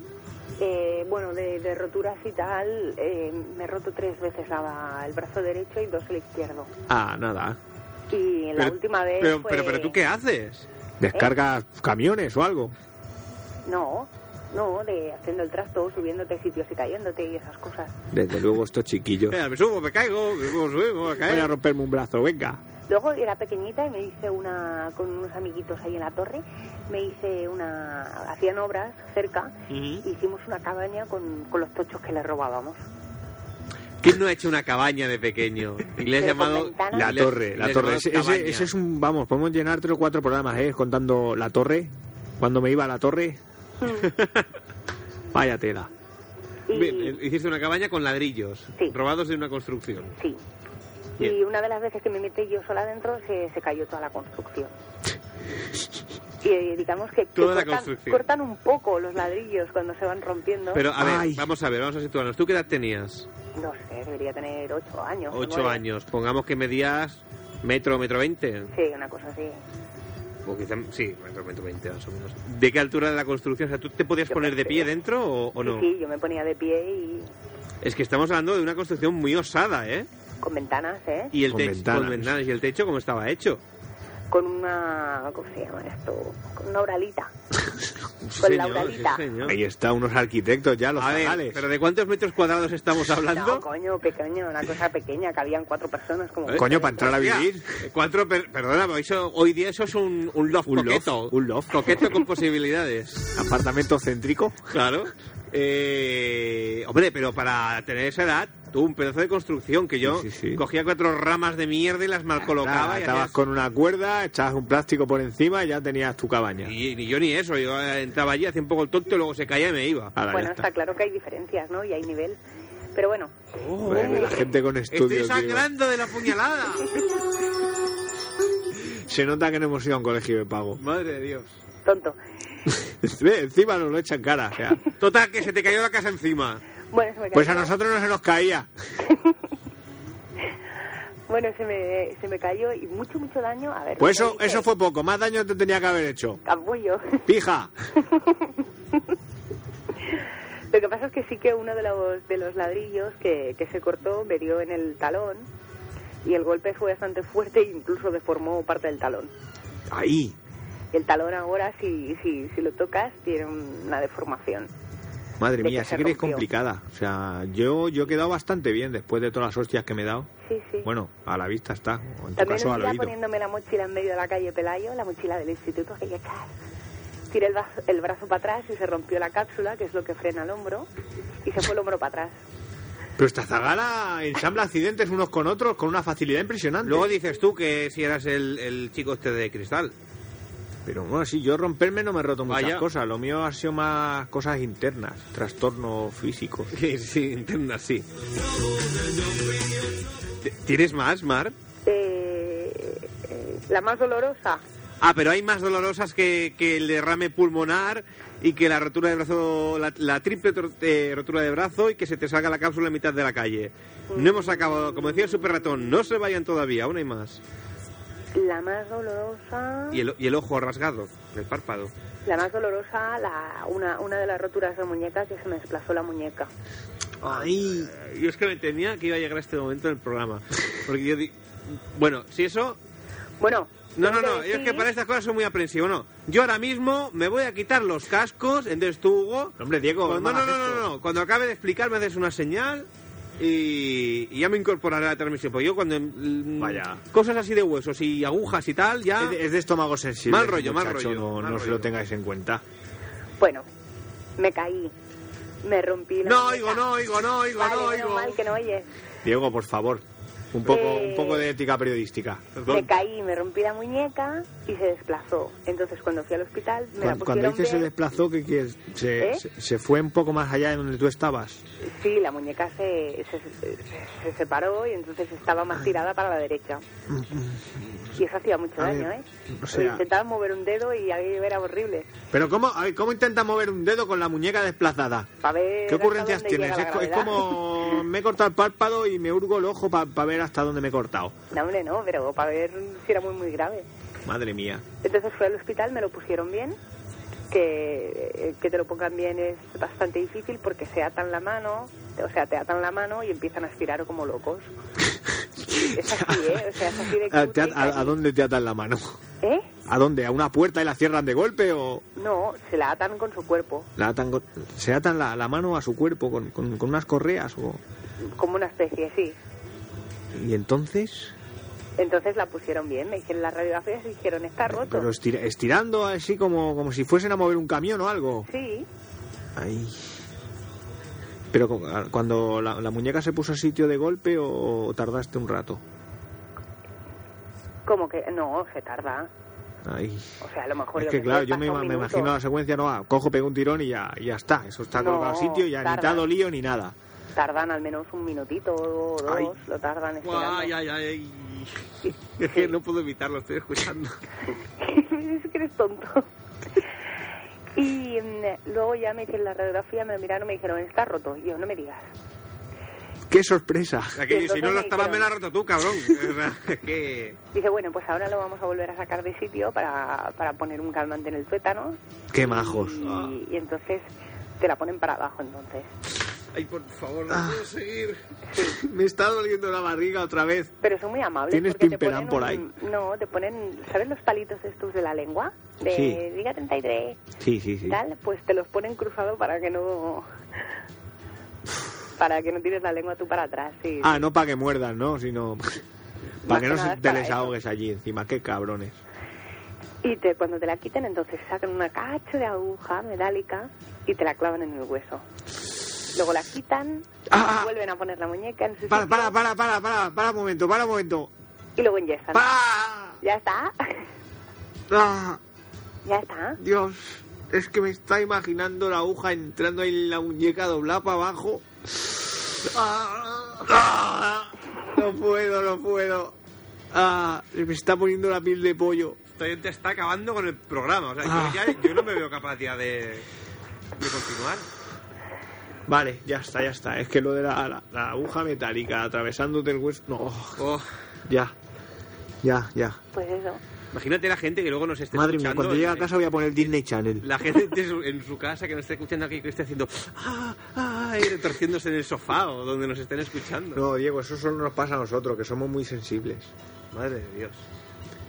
Eh, bueno, de, de roturas y tal, eh, me he roto tres veces la- el brazo derecho y dos el izquierdo.
Ah, nada.
Y la última vez.
Pero,
fue-
pero, pero tú qué haces?
Descargas camiones o algo.
No, no, de haciendo el trasto, subiéndote a sitios y cayéndote y esas cosas.
Desde luego estos chiquillos.
Espera, Eh, me subo, me caigo, me subo, me subo, me
Voy a
caigo.
romperme un brazo, venga.
Luego era pequeñita y me hice una, con unos amiguitos ahí en la torre, me hice una, hacían obras cerca,
Ujú.
hicimos una cabaña con, con los tochos que les robábamos.
¿Quién no ha hecho una cabaña de pequeño? Y le has
Pero con
llamado...
ventanas.
La
le has-
torre,
le
la
has
torre.
llamado
Ese, ese-
cabaña.
ese es un. Vamos, podemos llenar tres o cuatro programas, ¿eh? Contando la torre. Cuando me iba a la torre.
Hmm.
Vaya tela.
Y,
Bien, eh, Hiciste una cabaña con ladrillos,
Sí.
robados de una construcción.
sí. Y
Bien.
una de las veces que me metí yo sola adentro se, se cayó toda la construcción. Y eh, digamos que, que
Toda la
cortan,
construcción.
cortan un poco los ladrillos cuando se van rompiendo.
Pero a ver,
Ay.
vamos a ver, vamos a situarnos. ¿Tú qué edad tenías?
No sé, debería tener ocho años. o
Ocho
nueve.
años. Pongamos que medías metro, metro veinte.
Sí, una cosa así.
O Pues quizá, sí, metro, metro veinte más o menos. ¿De qué altura de la construcción? O sea, ¿tú te podías
Yo
poner de
pensé.
pie dentro o, o
Sí,
no?
sí, yo me ponía de pie y
Es que estamos hablando de una construcción muy osada, ¿eh?
con ventanas, ¿eh?
Y el
Con
techo,
ventanas.
con ventanas y el techo como estaba hecho.
Con una... ¿Cómo se llama esto? Con una oralita.
Sí,
Con la
señor,
oralita.
sí, señor.
Ahí está, unos arquitectos ya, los
A ver,
zagales.
pero ¿de cuántos metros cuadrados estamos hablando?
No, coño, pequeño, una cosa pequeña, que habían cuatro personas como...
¿Eh?
Coño, para entrar a
Hostia,
vivir.
Cuatro, per- perdona, pero eso- hoy día eso es un, un loft
Un loft,
coqueto.
un loft.
Coqueto con posibilidades.
Apartamento céntrico.
Claro. Eh, hombre, pero para tener esa edad, tú, un pedazo de construcción que yo
Sí, sí, sí.
cogía cuatro ramas de mierda y las mal colocaba.
Nada,
y,
estabas
hacías-
con una cuerda, echabas un plástico por encima y ya tenías tu cabaña.
y ni yo ni eso. Yo eh, entraba allí, hacía un poco el tonto y luego se caía y me iba.
Ahora ya
Bueno,
está.
está claro que hay diferencias, ¿no? Y hay nivel. Pero bueno,
Bueno,
Oh.
la gente con
Estoy
estudios. digo.
sangrando de la puñalada.
Se nota que no hemos ido a un colegio de pago.
Madre de Dios.
tonto.
Ve, Encima nos lo echan cara. o sea.
Total, que se te cayó la casa encima.
Bueno, se me
Pues a
cayó.
nosotros no se nos caía.
Bueno, se me, se me cayó y mucho, mucho daño. A ver...
Pues
¿qué
eso,
dices?
eso fue poco. Más daño te tenía que haber hecho.
Capullo.
Pija.
Lo que pasa es que sí que uno de los, de los ladrillos que, que se cortó me dio en el talón y el golpe fue bastante fuerte e incluso deformó parte del talón.
Ahí.
El talón ahora, si, si, si lo tocas, tiene una deformación.
Madre
De
mía,
que
sí
se
que eres
rompió.
complicada. O sea, yo, yo he quedado bastante bien después de todas las hostias que me he dado.
Sí, sí.
Bueno, a la vista está. O en tu
También
caso,
un
al
día
oído.
poniéndome la mochila en medio de la calle Pelayo, la mochila del instituto, que ya chas, tiré el, brazo- el brazo para atrás y se rompió la cápsula, que es lo que frena el hombro, y se fue el hombro para atrás.
Pero esta zagala ensambla accidentes unos con otros con una facilidad impresionante.
Luego dices tú que si eras el, el chico este de cristal.
Pero bueno, sí, yo romperme no me he roto muchas
Vaya.
cosas. Lo mío ha sido más cosas internas, trastornos físicos.
Sí, sí, interna, sí. ¿Tienes más, Mar?
Eh, eh, la más dolorosa.
Ah, pero hay más dolorosas que, que el derrame pulmonar y que la rotura de brazo, la, la triple tor- eh, rotura de brazo y que se te salga la cápsula a mitad de la calle. No hemos acabado, como decía el super ratón, no se vayan todavía, aún hay más.
La más dolorosa.
Y el, y el ojo rasgado, el párpado.
La más dolorosa, la, una, una de las roturas de muñeca que se me desplazó la muñeca.
Ay, yo es que me temía que iba a llegar este momento del programa. Porque yo di- Bueno, si eso...
Bueno.
No, no,
tengo
no, yo es que
decir-
para estas cosas soy muy aprensivo, no. Yo ahora mismo me voy a quitar los cascos, entonces tú, Hugo...
Hombre, Diego,
Cuando-
no
no, no,
hagas
no,
esto.
no, no. Cuando acabe de explicar me haces una señal y, y ya me incorporaré a la transmisión. Pues yo cuando... mm,
Vaya.
Cosas así de huesos y agujas y tal, ya...
Es de, es de estómago sensible.
Ah. Mal rollo, mal
muchacho,
rollo,
No,
mal
no se
rollo.
lo tengáis en cuenta.
Bueno, me caí. Me rompí la.
No
muñeca.
oigo, no oigo, no oigo,
Vale,
no
menos
oigo.
mal que no oyes.
Diego, por favor, un poco,
Eh.
un poco de ética periodística.
Perdón.
Me caí, me rompí la muñeca y se desplazó. Entonces, cuando fui al hospital, me la
Cuando, cuando
pusieron
dices se
bien.
desplazó, ¿qué quieres? Se,
¿Eh?
se, se fue un poco más allá de donde tú estabas.
Sí, la muñeca se, se, se- se separó y entonces estaba más tirada para la derecha. Y eso hacía mucho
Mm-hmm. A
daño,
ver,
¿eh?
o sea-
Intentaba mover un dedo y aquello era horrible.
Pero ¿cómo, a ver, ¿cómo intentas mover un dedo con la muñeca desplazada?
Pa' ver
¿Qué ocurrencias
Eh, hasta dónde
tienes?
llega
Es,
la
co- es
gravedad.
como me he cortado el párpado y me hurgo el ojo para ver hasta dónde me he cortado.
No, hombre, no, pero para ver si era muy, muy grave.
Madre mía.
Entonces fui al hospital, me lo pusieron bien, que, eh, que te lo pongan bien es bastante difícil porque se atan la mano, o sea, te atan la mano y empiezan a estirar como locos. Es así, ¿eh? O sea, es así de...
¿A, Ah, te at-
cutre y-
a- a dónde te atan la mano?
¿Eh?
¿A dónde? ¿A una puerta y la cierran de golpe o
No, se la atan con su cuerpo,
la atan con- se atan la, la mano a su cuerpo con, con- con unas correas? O...
como una especie, sí.
¿Y entonces?
Entonces la pusieron bien, me hicieron las radiografías y dijeron, está roto.
Pero estir- estirando así como, como si fuesen a mover un camión o algo.
Sí,
Ay. Pero cu- cuando la, la muñeca se puso a sitio de golpe o, o tardaste un rato.
como que no, se tarda.
Ay.
O sea, a lo mejor...
Es
lo
que claro, yo
pasa
me,
un
ima- me
minuto.
imagino la secuencia, no, ah, cojo, pego un tirón y ya, y ya está. Eso está
No,
colocado al sitio, ya ni te ha
tarda.
dolido ni nada.
Tardan al menos un minutito o dos,
Ay.
lo tardan estirando.
Guay, ay, ay. Es que no puedo evitarlo, estoy escuchando.
es que eres tonto. Y mm, luego ya me hicieron la radiografía, me lo miraron y me dijeron, está roto. Y yo, no me digas.
¡Qué sorpresa!
Aquello, si no lo
entonces
estabas,
me
me la has roto tú, cabrón. Es verdad, es que...
Dice, bueno, pues ahora lo vamos a volver a sacar de sitio para, para poner un calmante en el tuétano.
¡Qué majos! Ah.
Y, y entonces te la ponen para abajo, entonces.
Ay, por favor, no
Ah.
puedo seguir.
Me está doliendo la barriga otra vez.
Pero son muy amables.
¿Tienes
porque
pimperán
te ponen
por
un- No, te ponen, ¿sabes los palitos estos de la lengua? De
Sí.
diga 33,
Sí, sí, sí.
tal, pues te los ponen cruzado para que no... Para que no tires la lengua tú para atrás, sí.
Ah, no para que muerdan, ¿no? Sino para
Más
que
que
no
nada
se
es
te
para
les
eso.
ahogues allí encima. ¡Qué cabrones!
Y te, cuando te la quiten, entonces sacan una cacho de aguja metálica y te la clavan en el hueso. Luego la quitan,
Ah, ah.
vuelven a poner la muñeca en su
Para,
sitio
para, para, para, para, para un momento, para un momento.
y luego enyesan.
¡Para!
Ya está,
¡Ah!
ya está.
Dios, es que me está imaginando la aguja entrando ahí en la muñeca doblada para abajo. Ah, ah, no puedo, no puedo. Ah, me está poniendo la piel de pollo.
Esta gente está acabando con el programa. O sea,
Ah.
yo, ya- yo no me veo capaz ya de, de continuar.
Vale, ya está, ya está. Es que lo de la, la- la aguja metálica atravesándote el hueso. No,
Oh,
ya. Ya, ya.
Pues eso.
imagínate la gente que luego nos esté
Madre mía,
escuchando.
cuando llegue a
eh,
casa voy a poner Disney Channel.
La gente de su- en su casa que nos esté escuchando aquí, que esté haciendo... Ah, ah, y retorciéndose en el sofá o donde nos estén escuchando.
No, Diego, eso solo nos pasa a nosotros, que somos muy sensibles.
Madre de Dios.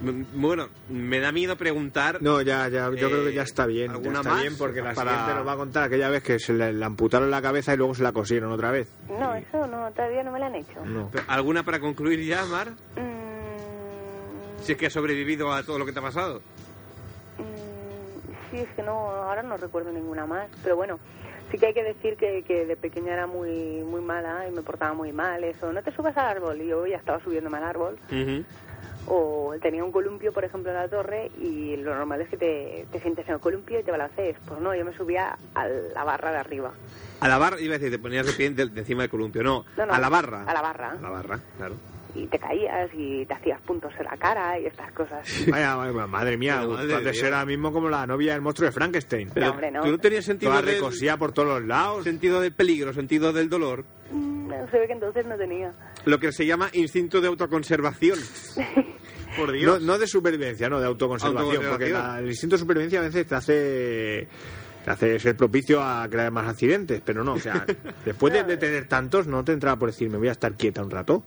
M- Bueno, me da miedo preguntar...
No, ya, ya, yo
Eh,
creo que ya está bien. Ya
¿alguna
está
más?
bien porque la
Para-
siguiente nos va a contar aquella vez que se le, le amputaron la cabeza y luego se la cosieron otra vez.
No, eso no, todavía no me la han hecho.
No.
Pero, ¿Alguna para concluir ya, Mar?
Mm,
Si es que has sobrevivido a todo lo que te ha pasado.
mm, sí, es que no, ahora no recuerdo ninguna más, pero bueno. Sí que hay que decir que, que de pequeña era muy muy mala y me portaba muy mal, eso. No te subas al árbol. Y yo ya estaba subiéndome al árbol.
Ujú.
O tenía un columpio, por ejemplo, en la torre y lo normal es que te, te sientes en el columpio y te balancees. Pues no, yo me subía a la barra de arriba.
A la barra, iba a decir, te ponías de pie de, de encima del columpio. No,
No, no,
a la barra.
a la barra.
A la barra, claro.
Y te caías y te hacías puntos en la cara y estas cosas.
Vaya, vaya, madre mía,
Pero madre
usted
de Dios.
será mismo como la novia del monstruo de Frankenstein.
Pero- No, hombre, no.
¿Tú no tenías
Toda
sentido del,
recosida por todos los lados.
sentido del peligro, sentido del dolor?
Mm, se ve que entonces no tenía.
Lo que se llama instinto de autoconservación. Por
No, no de supervivencia, no, de autoconservación. Porque
Autoconservación.
la- el instinto de supervivencia a veces te hace te hace ser propicio a crear más accidentes, pero no, o sea, después de, de tener tantos, no te entraba por decir, me voy a estar quieta un rato,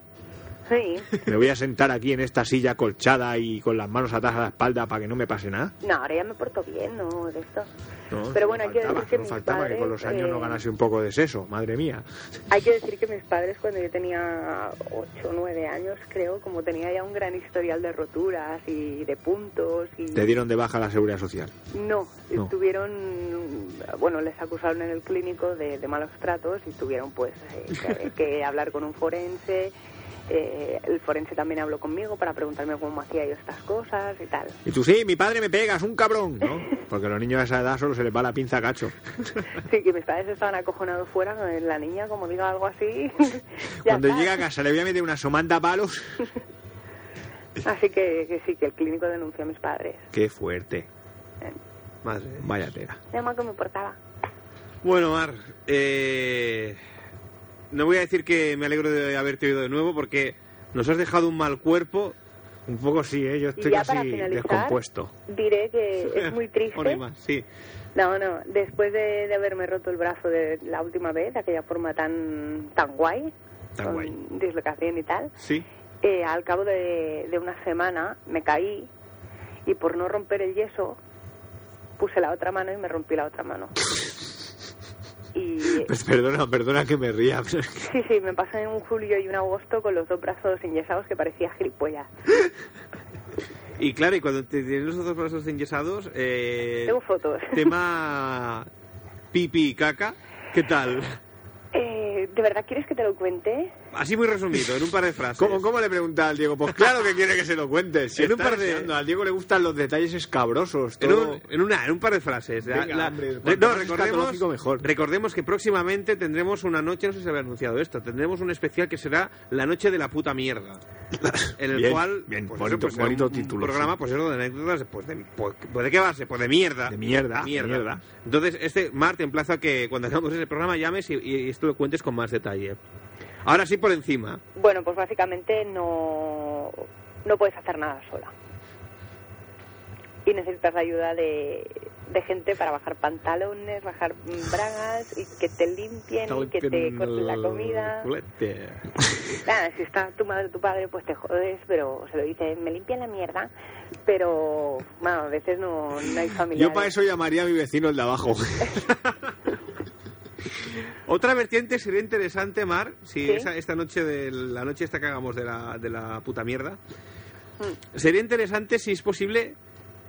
Sí.
me voy a sentar aquí en esta silla colchada y con las manos atadas a la espalda para que no me pase nada.
No, ahora ya me porto bien, ¿no? De esto.
No,
Pero bueno, hay que
faltaba,
decir que
no
mis
faltaba que con los
padres,
años no
eh,
ganase un poco de seso, madre mía.
Hay que decir que mis padres cuando yo tenía 8 o 9 años, creo, como tenía ya un gran historial de roturas y de puntos y...
Te dieron de baja la seguridad social.
No,
No.
tuvieron, bueno, les acusaron en el clínico de, de malos tratos y tuvieron pues eh, que, que hablar con un forense. Eh, el forense también habló conmigo para preguntarme cómo hacía yo estas cosas y tal.
Y tú, sí, mi padre me pegas, un cabrón, ¿no? Porque a los niños de esa edad solo se les va la pinza a cacho.
Sí, que mis padres estaban acojonados fuera, eh, la niña, como diga algo así. ya
Cuando
está.
llega a casa le voy a meter una somanta a palos.
Así que, que sí, que el clínico denunció a mis padres.
Qué fuerte.
Madre.
Vaya tela.
Nada más que me portaba.
Bueno, Mar, eh, no voy a decir que me alegro de haberte oído de nuevo porque nos has dejado un mal cuerpo.
Un poco sí, ¿eh? yo
Y
estoy
ya para
casi
finalizar-
descompuesto.
Diré que Eh, es muy triste.
Bueno, y más, sí.
No, no, después de, de haberme roto el brazo de la última vez, de aquella forma tan, tan guay,
Tan
con
guay.
dislocación y tal,
Sí.
eh, al cabo de, de una semana me caí y por no romper el yeso puse la otra mano y me rompí la otra mano. Y
Pues perdona, perdona que me ría. pero es que-
sí, sí, me pasé en un julio y un agosto con los dos brazos enyesados que parecía gilipollas.
Y claro, y cuando te tienes los dos brazos enyesados, eh,
Tengo fotos.
tema pipi y caca, ¿qué tal?
Eh, ¿De verdad quieres que te lo cuente?
Así muy resumido, en un par de frases.
¿Cómo, cómo le pregunta al Diego? Pues claro que quiere que se lo cuentes. Si
En un
está
par de-
deseando, Al Diego le gustan los detalles escabrosos.
En
Todo...
un, en una, en un par de frases. La-
Venga,
la-
hombre,
re-
cuanto
no,
más
recordemos,
escatológico, mejor.
recordemos que próximamente tendremos una noche, no sé si se había anunciado esto, tendremos un especial que será La Noche de la Puta Mierda. En el
Bien,
cual.
bien,
pues
bonito-
eso, pues será
bonito
un- un
título,
programa,
sí.
pues eso, de anécdotas, pues de, pues, pues, ¿de qué base? Pues de mierda.
De mierda, de mierda.
Entonces, este, Mar, te emplazo a que cuando hagamos ese programa llames y, y esto lo cuentes con más detalle. Ahora sí, por encima.
Bueno, pues básicamente no, no puedes hacer nada sola. Y necesitas la ayuda de, de gente para bajar pantalones, bajar mm, bragas y que te limpien y que te corten la comida.
Culete.
Nada, si está tu madre o tu padre, pues te jodes, pero se lo dice, me limpian la mierda. Pero, bueno, a veces no, no hay familia.
Yo para eso llamaría a mi vecino el de abajo.
Otra vertiente sería interesante, Mar, si
Sí.
esa- esta noche, de la noche esta que hagamos de la, de la puta mierda,
Mm,
sería interesante si es posible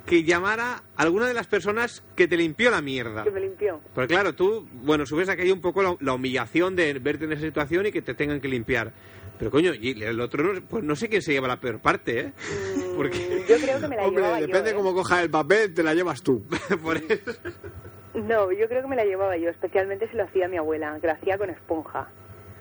que llamara a alguna de las personas que te limpió la mierda.
Que me limpió.
Porque claro, tú, bueno, subes aquello un poco la, la humillación de verte en esa situación y que te tengan que limpiar. Pero coño, y el otro, no- pues no sé quién se lleva la peor parte, ¿eh?
Mm,
Porque-
Yo creo que me la
Hombre,
llevaba
depende
yo. ¿eh?
cómo cojas el papel, te la llevas tú.
Por eso.
No, yo creo que me la llevaba yo, especialmente si lo hacía mi abuela, que lo hacía con esponja.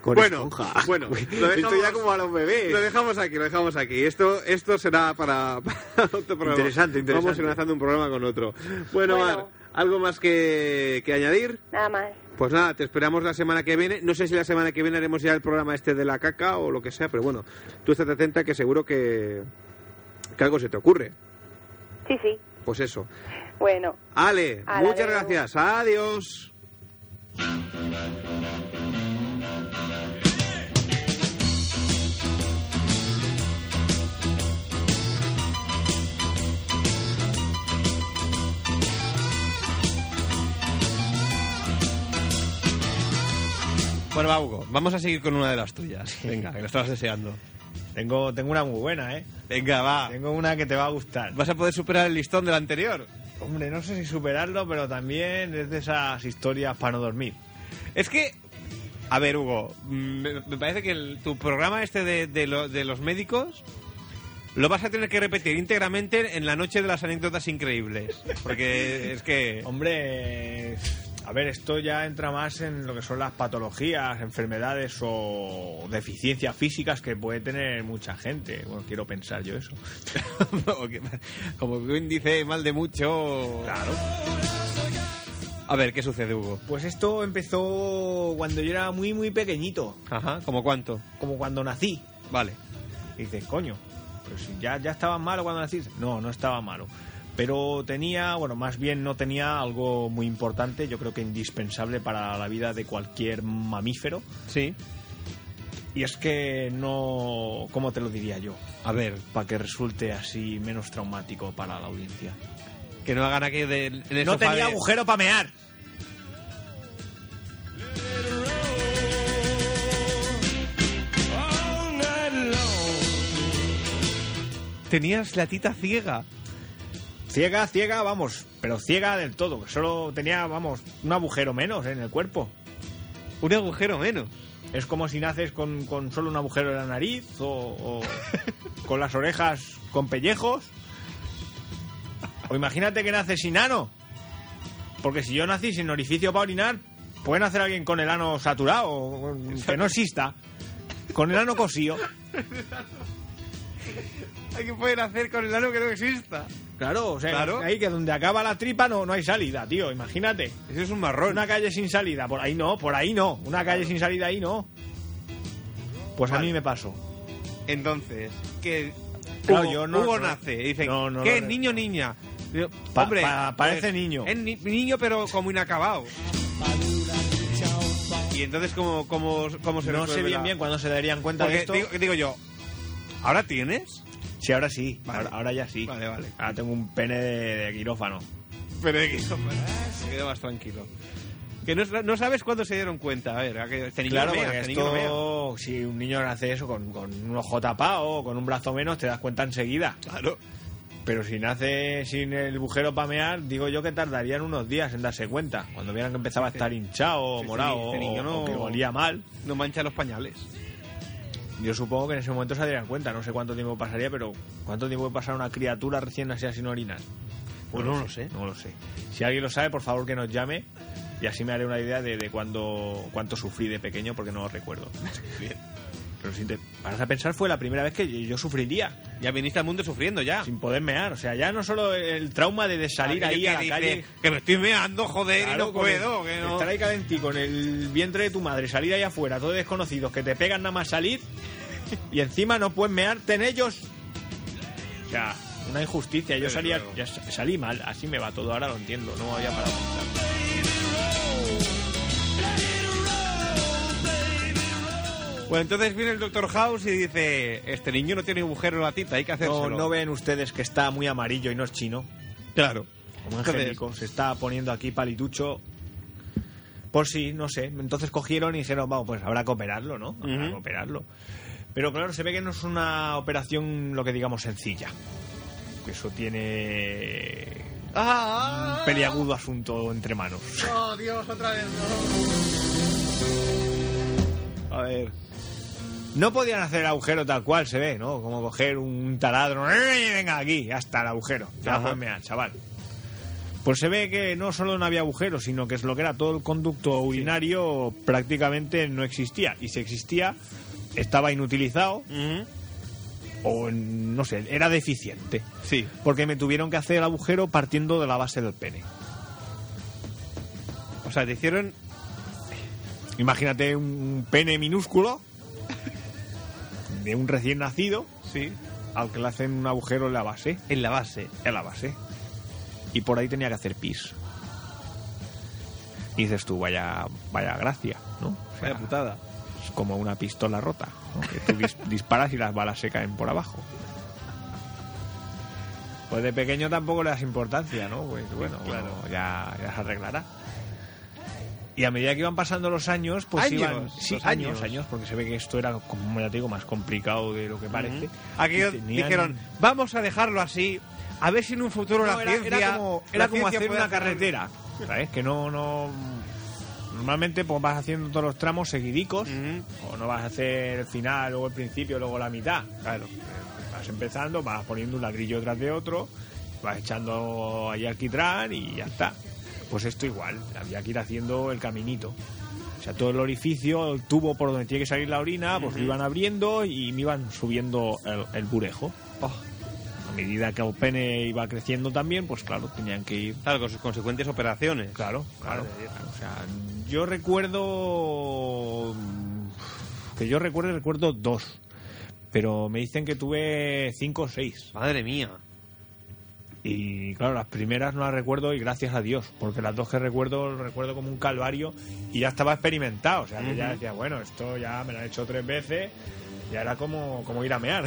Con
Bueno,
esponja.
bueno, lo
Esto
dejamos-
ya como a los
Lo
bebés.
dejamos aquí, lo dejamos aquí. Esto, esto será para, para otro programa.
Interesante, interesante.
Vamos enlazando un programa con otro. Bueno,
Bueno.
Mar, ¿algo más que, que añadir?
Nada más.
Pues nada, te esperamos la semana que viene. No sé si la semana que viene haremos ya el programa este de la caca o lo que sea, pero bueno, tú estate atenta que seguro que, que algo se te ocurre.
Sí, sí.
Pues eso.
Bueno,
Ale,
Ala,
muchas
adeu.
gracias. Adiós. Bueno, va, Hugo, vamos a seguir con una de las tuyas. Venga, que lo estabas deseando.
Tengo, tengo una muy buena, ¿eh?
Venga, va.
Tengo una que te va a gustar.
¿Vas a poder superar el listón del anterior?
Hombre, no sé si superarlo, pero también es de esas historias para no dormir.
Es que, a ver, Hugo, mm, me, me parece que el- tu programa este de, de lo- de los médicos lo vas a tener que repetir íntegramente en la noche de las anécdotas increíbles. Porque es que...
Hombre, a ver, esto ya entra más en lo que son las patologías, enfermedades o deficiencias físicas que puede tener mucha gente. Bueno, quiero pensar yo eso.
como que- como que dice mal de mucho...
Claro.
A ver, ¿qué sucede, Hugo?
Pues esto empezó cuando yo era muy, muy pequeñito,
Ajá, ¿como cuánto?
como cuando nací.
Vale.
Y dices, coño, pues si ya, ya estaba malo cuando naciste. No, no estaba malo. Pero tenía, bueno, más bien no tenía algo muy importante, yo creo que indispensable para la vida de cualquier mamífero.
Sí.
Y es que no, ¿cómo te lo diría yo?
A ver,
Para que resulte así menos traumático para la audiencia.
que no hagan aquello de... en el
No
sofá
tenía
de-
agujero para mear.
Tenías la tita ciega.
Ciega, ciega, vamos, pero ciega del todo. que Solo tenía, vamos, un agujero menos en el cuerpo.
Un agujero menos.
Es como si naces con, con solo un agujero en la nariz o, o con las orejas con pellejos. O imagínate que naces sin ano. Porque si yo nací sin orificio para orinar, puede nacer alguien con el ano saturado, o- o- que no exista. Con el ano cosío.
Hay que poder hacer con el ano que no exista.
Claro, o sea,
Claro.
ahí que donde acaba la tripa no, no hay salida, tío, imagínate.
Eso es un marrón.
Una calle sin salida, por ahí no, por ahí no. Una calle sin salida ahí no. Pues a
Vale.
mí me pasó.
Entonces, que
Claro,
Hugo,
yo no-
Hugo
no-
nace, y dicen,
no, no
¿qué?
lo-
¿Niño niña? Digo,
Pa-
hombre, pues,
pa- parece niño.
Es ni- niño, pero como inacabado. Y entonces, ¿cómo, cómo, cómo se
No sé
resuelve
bien
la-
bien cuándo se darían cuenta de
Porque
esto.
digo, digo yo, ¿ahora tienes?
Sí, ahora sí.
Vale.
Ahora, ahora ya sí.
Vale, vale.
Ahora tengo un pene de, de quirófano.
Pero que eh, se quedó más tranquilo. Que no, no sabes cuándo se dieron cuenta. A ver, a que este niño
claro,
no mea,
porque
este niño no mea.
esto, si un niño nace eso con, con un ojo tapado o con un brazo menos, te das cuenta enseguida.
Claro.
Pero si nace sin el bujero pamear, digo yo que tardarían unos días en darse cuenta. Cuando vieran que empezaba a estar hinchado o
Sí, sí,
morado
este niño
o-
no-
o que olía mal,
No mancha los pañales.
yo supongo que en ese momento se darían cuenta. No sé cuánto tiempo pasaría, pero ¿cuánto tiempo puede pasar una criatura recién nacida sin orinas?
Pues no lo sé.
No lo sé. Si alguien lo sabe, por favor que nos llame y así me haré una idea de, de cuándo, cuánto sufrí de pequeño porque no lo recuerdo. Pero si te paras a pensar, fue la primera vez que yo- yo sufriría
Ya viniste al mundo sufriendo ya.
sin poder mear. O sea, ya no solo el trauma de, de salir ahí
Aquello
a la
que
calle.
dice, Que me estoy meando, joder,
claro,
y no
con el-
puedo. que no.
Estar ahí calentí con el vientre de tu madre, salir ahí afuera, todos desconocidos que te pegan nada más salir y encima no puedes mearte en ellos. O sea, una injusticia. Yo
Desde
salía,
luego.
ya sa- salí mal, así me va todo, ahora lo entiendo, no había parado.
Bueno, Pues entonces viene el doctor House y dice: Este niño no tiene agujero en la tita, hay que
No,
hacérselo.
no ven ustedes que está muy amarillo y no es chino.
Claro.
Como
Entonces-
angélico, se está poniendo aquí palitucho. Por sí, no sé. Entonces cogieron y dijeron, vamos, pues habrá que operarlo, ¿no? Habrá que
Ujú.
operarlo. Pero claro, se ve que no es una operación, lo que digamos, sencilla. Que eso tiene
¡Ah!
un peliagudo asunto entre manos.
¡Oh, Dios, otra vez!
A ver. No podían hacer agujero tal cual, se ve, ¿no? Como coger un taladro. ¡eh! Venga, aquí, hasta el agujero. Ya
Ajá.
puedes mear, chaval. Pues se ve que no solo no había agujero, sino que es lo que era todo el conducto urinario prácticamente no existía. Y si existía, estaba inutilizado o, en- no sé, era deficiente.
Sí.
Porque me tuvieron que hacer el agujero partiendo de la base del pene.
O sea, te hicieron.
Imagínate un pene minúsculo de un recién nacido
Sí.
al que le hacen un agujero en la base,
En la base.
en la base. Y por ahí tenía que hacer pis. Y dices tú, vaya, vaya gracia, ¿no? O sea,
Vaya putada.
Es como una pistola rota, ¿no? que tú dis- disparas y las balas se caen por abajo. Pues de pequeño tampoco le das importancia, ¿no? Pues bueno,
Claro.
bueno, ya, ya se arreglará. Y a medida que iban pasando los años, pues
Años,
iban.
los
Sí, años,
años.
años, porque se ve que esto era, como ya te digo, más complicado de lo que parece.
Aquí
Y tenían-
dijeron, vamos a dejarlo así, a ver si en un futuro
No,
la
era,
ciencia...
era como,
la
era como
ciencia
hacer
puede
una carretera, ¿sabes? Que no, no... Normalmente pues vas haciendo todos los tramos seguidicos,
Ujú.
o no vas a hacer el final, luego el principio, luego la mitad. Claro, vas empezando, vas poniendo un ladrillo tras de otro, vas echando ahí alquitrán y ya está. Pues esto igual, había que ir haciendo el caminito. O sea, todo el orificio, el tubo por donde tiene que salir la orina, pues lo iban abriendo y me iban subiendo el, el burejo. A medida que el pene iba creciendo también, pues claro, tenían que ir.
Claro, con sus consecuentes operaciones.
Claro, claro.
Madre mía.
O sea, yo recuerdo. mm, Que yo recuerdo, recuerdo dos. Pero me dicen que tuve cinco o seis.
Madre mía.
Y claro, las primeras no las recuerdo y gracias a Dios, porque las dos que recuerdo, las recuerdo como un calvario y ya estaba experimentado. O sea, que ya
Ujú.
decía, bueno, esto ya me lo han hecho tres veces y ahora como, como ir a mear.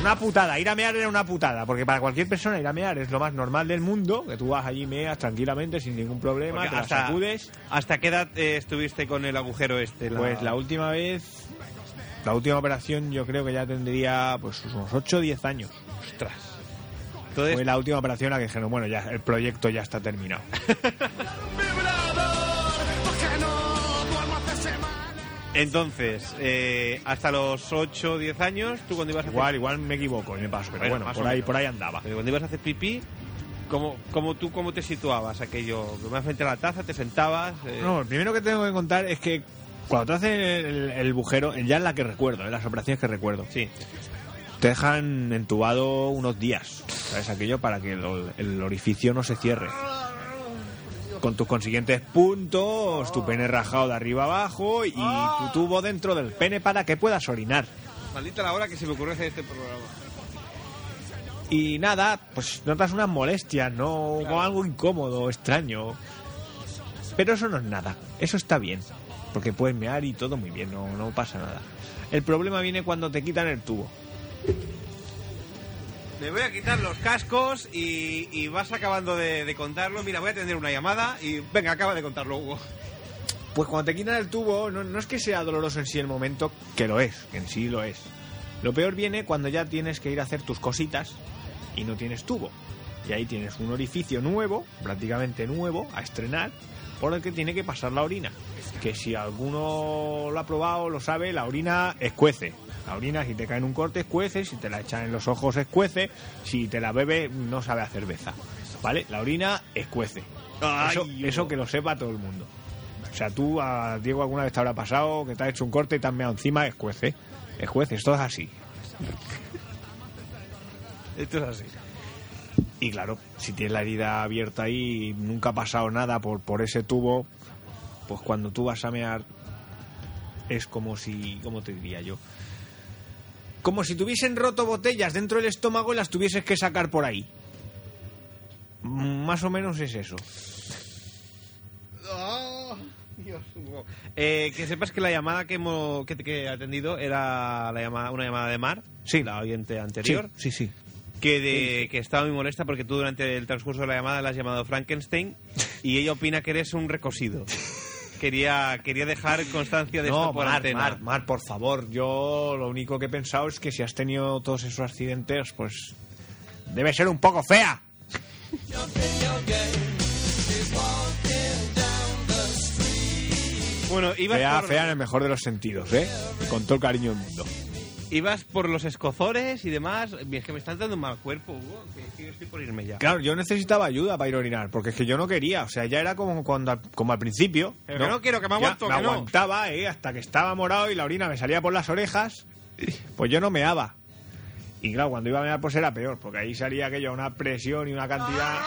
Una putada, ir a mear era una putada, porque para cualquier persona ir a mear es lo más normal del mundo, que tú vas allí, meas tranquilamente, sin ningún problema,
Porque
te la
hasta,
sacudes.
¿Hasta qué edad eh, estuviste con el agujero este?
Pues la última vez, la última operación yo creo que ya tendría pues unos 8 o 10 años.
Ostras. Entonces,
Fue la última operación en la que dijeron, bueno, ya el proyecto ya está terminado.
entonces eh, hasta los 8 o 10 años, tú cuando ibas a
Igual, igual me equivoco y me paso, pero
Bueno,
bueno,
más
por
o
ahí,
menos.
por ahí andaba.
hacer, cuando ibas a hacer pipí, ¿cómo, cómo tú cómo te situabas aquello? ¿Más frente a la taza? ¿Te sentabas? eh?
No, lo primero que tengo que contar es que cuando te hacen el, el bujero, ya es la que recuerdo, en las operaciones que recuerdo,
Sí.
te dejan entubado unos días, ¿sabes? Aquello para que el, el orificio no se cierre. Con tus consiguientes puntos, tu pene rajado de arriba abajo y tu tubo dentro del pene para que puedas orinar.
Maldita la hora que se me ocurrió hacer este programa.
Y nada, pues notas unas molestias, ¿no? O algo incómodo, extraño. Pero eso no es nada, eso está bien. Porque puedes mear y todo muy bien, no, no pasa nada. El problema viene cuando te quitan el tubo.
Me voy a quitar los cascos y, y vas acabando de, de contarlo. Mira, voy a tener una llamada y venga, acaba de contarlo, Hugo.
Pues cuando te quitan el tubo, no, no es que sea doloroso en sí el momento, que lo es, que en sí lo es. Lo peor viene cuando ya tienes que ir a hacer tus cositas y no tienes tubo. Y ahí tienes un orificio nuevo, prácticamente nuevo, a estrenar, por el que tiene que pasar la orina. Que si alguno lo ha probado, lo sabe, la orina escuece. La orina, si te cae en un corte, escuece. Si te la echan en los ojos, escuece. Si te la bebe, no sabe a cerveza. ¿Vale? La orina escuece. Eso,
Ay,
eso
Hugo.
que lo sepa todo el mundo. O sea, tú, a Diego, alguna vez te habrá pasado que te has hecho un corte y te has meado encima, escuece. Escuece, esto es así.
Esto es así.
Y claro, si tienes la herida abierta ahí y nunca ha pasado nada por, por ese tubo, pues cuando tú vas a mear es como si, ¿cómo te diría yo? Como si tuviesen roto botellas dentro del estómago y las tuvieses que sacar por ahí. Mm, Más o menos es eso.
Eh, que sepas que la llamada que hemos que, que he atendido era la llamada, una llamada de Mar, sí, la oyente anterior,
sí, sí.
que de, que estaba muy molesta porque tú durante el transcurso de la llamada la has llamado Frankenstein y ella opina que eres un recosido. quería quería dejar constancia de
No,
esto por
Mar,
antena.
Mar, Mar, por favor. Yo lo único que he pensado es que si has tenido todos esos accidentes, pues debe ser un poco fea.
Bueno, ibas
Fea,
por,
fea en el mejor de los sentidos, ¿eh? Y con todo el cariño del mundo.
ibas por los escozores y demás, es que me están dando un mal cuerpo, Hugo, que- que yo estoy por irme ya.
Claro, yo necesitaba ayuda para ir a orinar, porque es que yo no quería, o sea, ya era como cuando como al principio.
Pero que no quiero, que me aguanto,
Ya, me
que no.
aguantaba, ¿eh? hasta que estaba morado y la orina me salía por las orejas, pues yo no meaba. Y claro, cuando iba a mear pues era peor, porque ahí salía aquello, una presión y una cantidad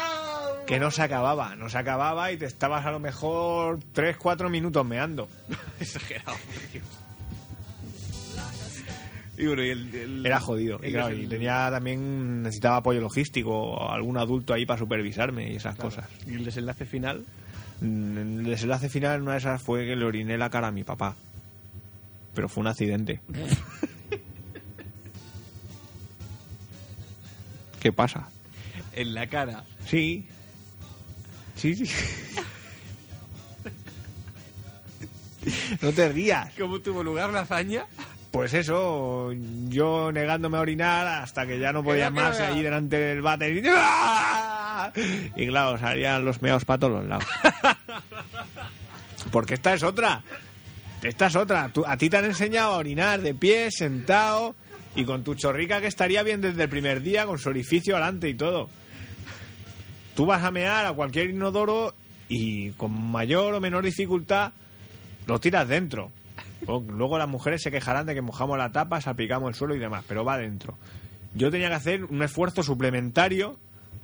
que no se acababa, no se acababa y te estabas a lo mejor 3, 4 minutos meando.
Exagerado, tío. Y bueno, y el- el-
Era jodido.
el-
Y, claro, y
el-
tenía también, necesitaba apoyo logístico, algún adulto ahí para supervisarme y esas cosas.
¿Y el desenlace final?
Mm, El desenlace final, una de esas fue que le oriné la cara a mi papá. Pero fue un accidente. ¿Qué pasa?
En la cara.
Sí. Sí, sí. No te rías.
¿Cómo tuvo lugar la hazaña?
Pues eso, yo negándome a orinar hasta que ya no podía
ya me
más
vea.
allí delante del váter. Y, ¡Ah! Y claro, salían los meados para todos los lados. Porque esta es otra. Esta es otra. Tú- a ti te han enseñado a orinar de pie, sentado y con tu chorrica que estaría bien desde el primer día, con su orificio adelante y todo. Tú vas a mear a cualquier inodoro y con mayor o menor dificultad lo tiras dentro. O- Luego las mujeres se quejarán de que mojamos la tapa, salpicamos el suelo y demás, pero va dentro. Yo tenía que hacer un esfuerzo suplementario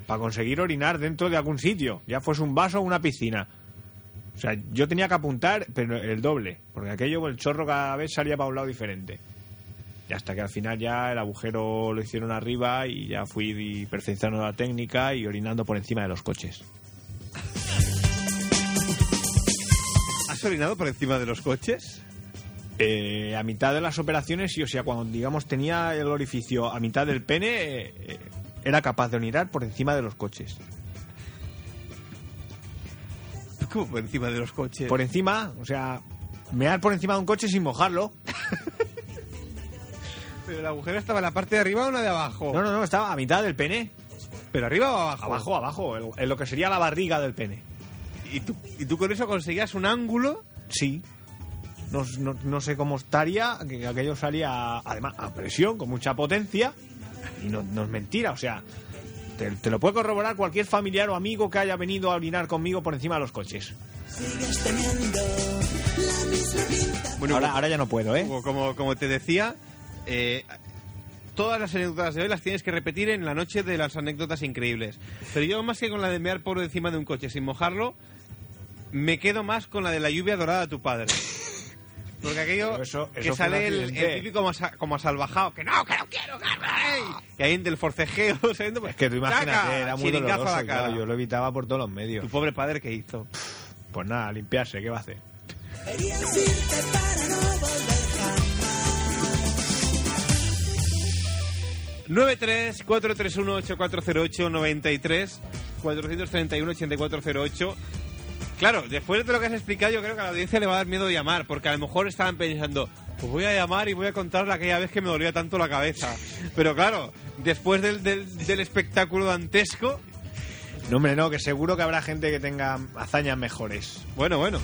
para conseguir orinar dentro de algún sitio, ya fuese un vaso o una piscina. O sea, yo tenía que apuntar, pero el doble, porque aquello, el chorro cada vez salía para un lado diferente. Y hasta que al final ya el agujero lo hicieron arriba y ya fui perfeccionando la técnica y orinando por encima de los coches.
¿Has orinado por encima de los coches?
Eh, a mitad de las operaciones, sí, o sea, cuando digamos tenía el orificio a mitad del pene, eh, eh, era capaz de orinar por encima de los coches.
¿Cómo por encima de los coches?
Por encima, o sea, mear por encima de un coche sin mojarlo.
¿Pero el agujero estaba en la parte de arriba o en la de abajo?
No, no, no, estaba a mitad del pene.
¿Pero arriba o abajo?
Abajo, abajo, en- en lo que sería la barriga del pene.
¿Y tú, y tú con eso conseguías un ángulo?
Sí. No, no- no sé cómo estaría, que aquello salía además a presión, con mucha potencia, y no, no es mentira, o sea, te, te lo puede corroborar cualquier familiar o amigo que haya venido a orinar conmigo por encima de los coches.
Bueno, pues,
ahora,
Hugo,
ahora ya no puedo, ¿eh?
Hugo, como, como te decía, eh, todas las anécdotas de hoy las tienes que repetir en la noche de las anécdotas increíbles. Pero yo más que con la de mear por encima de un coche sin mojarlo, me quedo más con la de la lluvia dorada de tu padre. Porque aquello
Pero eso- eso
que
fue
sale
un
el, el
accidente.
típico como, sa- como asalvajado, que no, que no quiero, que no, ey. Y ahí del forcejeo saliendo, pues,
Es que tú imagínate,
¡taca!
era muy
Chiringazo
doloroso,
a la
y
cara.
claro, yo lo evitaba por todos los medios.
Tu pobre padre, ¿qué hizo?
Pues nada, limpiarse, ¿qué va a hacer?
cuatro Claro, después de lo que has explicado, yo creo que a la audiencia le va a dar miedo llamar, porque a lo mejor estaban pensando, pues voy a llamar y voy a contar aquella vez que me dolía tanto la cabeza. Pero claro, después del, del, del espectáculo dantesco,
No, hombre, no, que seguro que habrá gente que tenga hazañas mejores.
Bueno, bueno.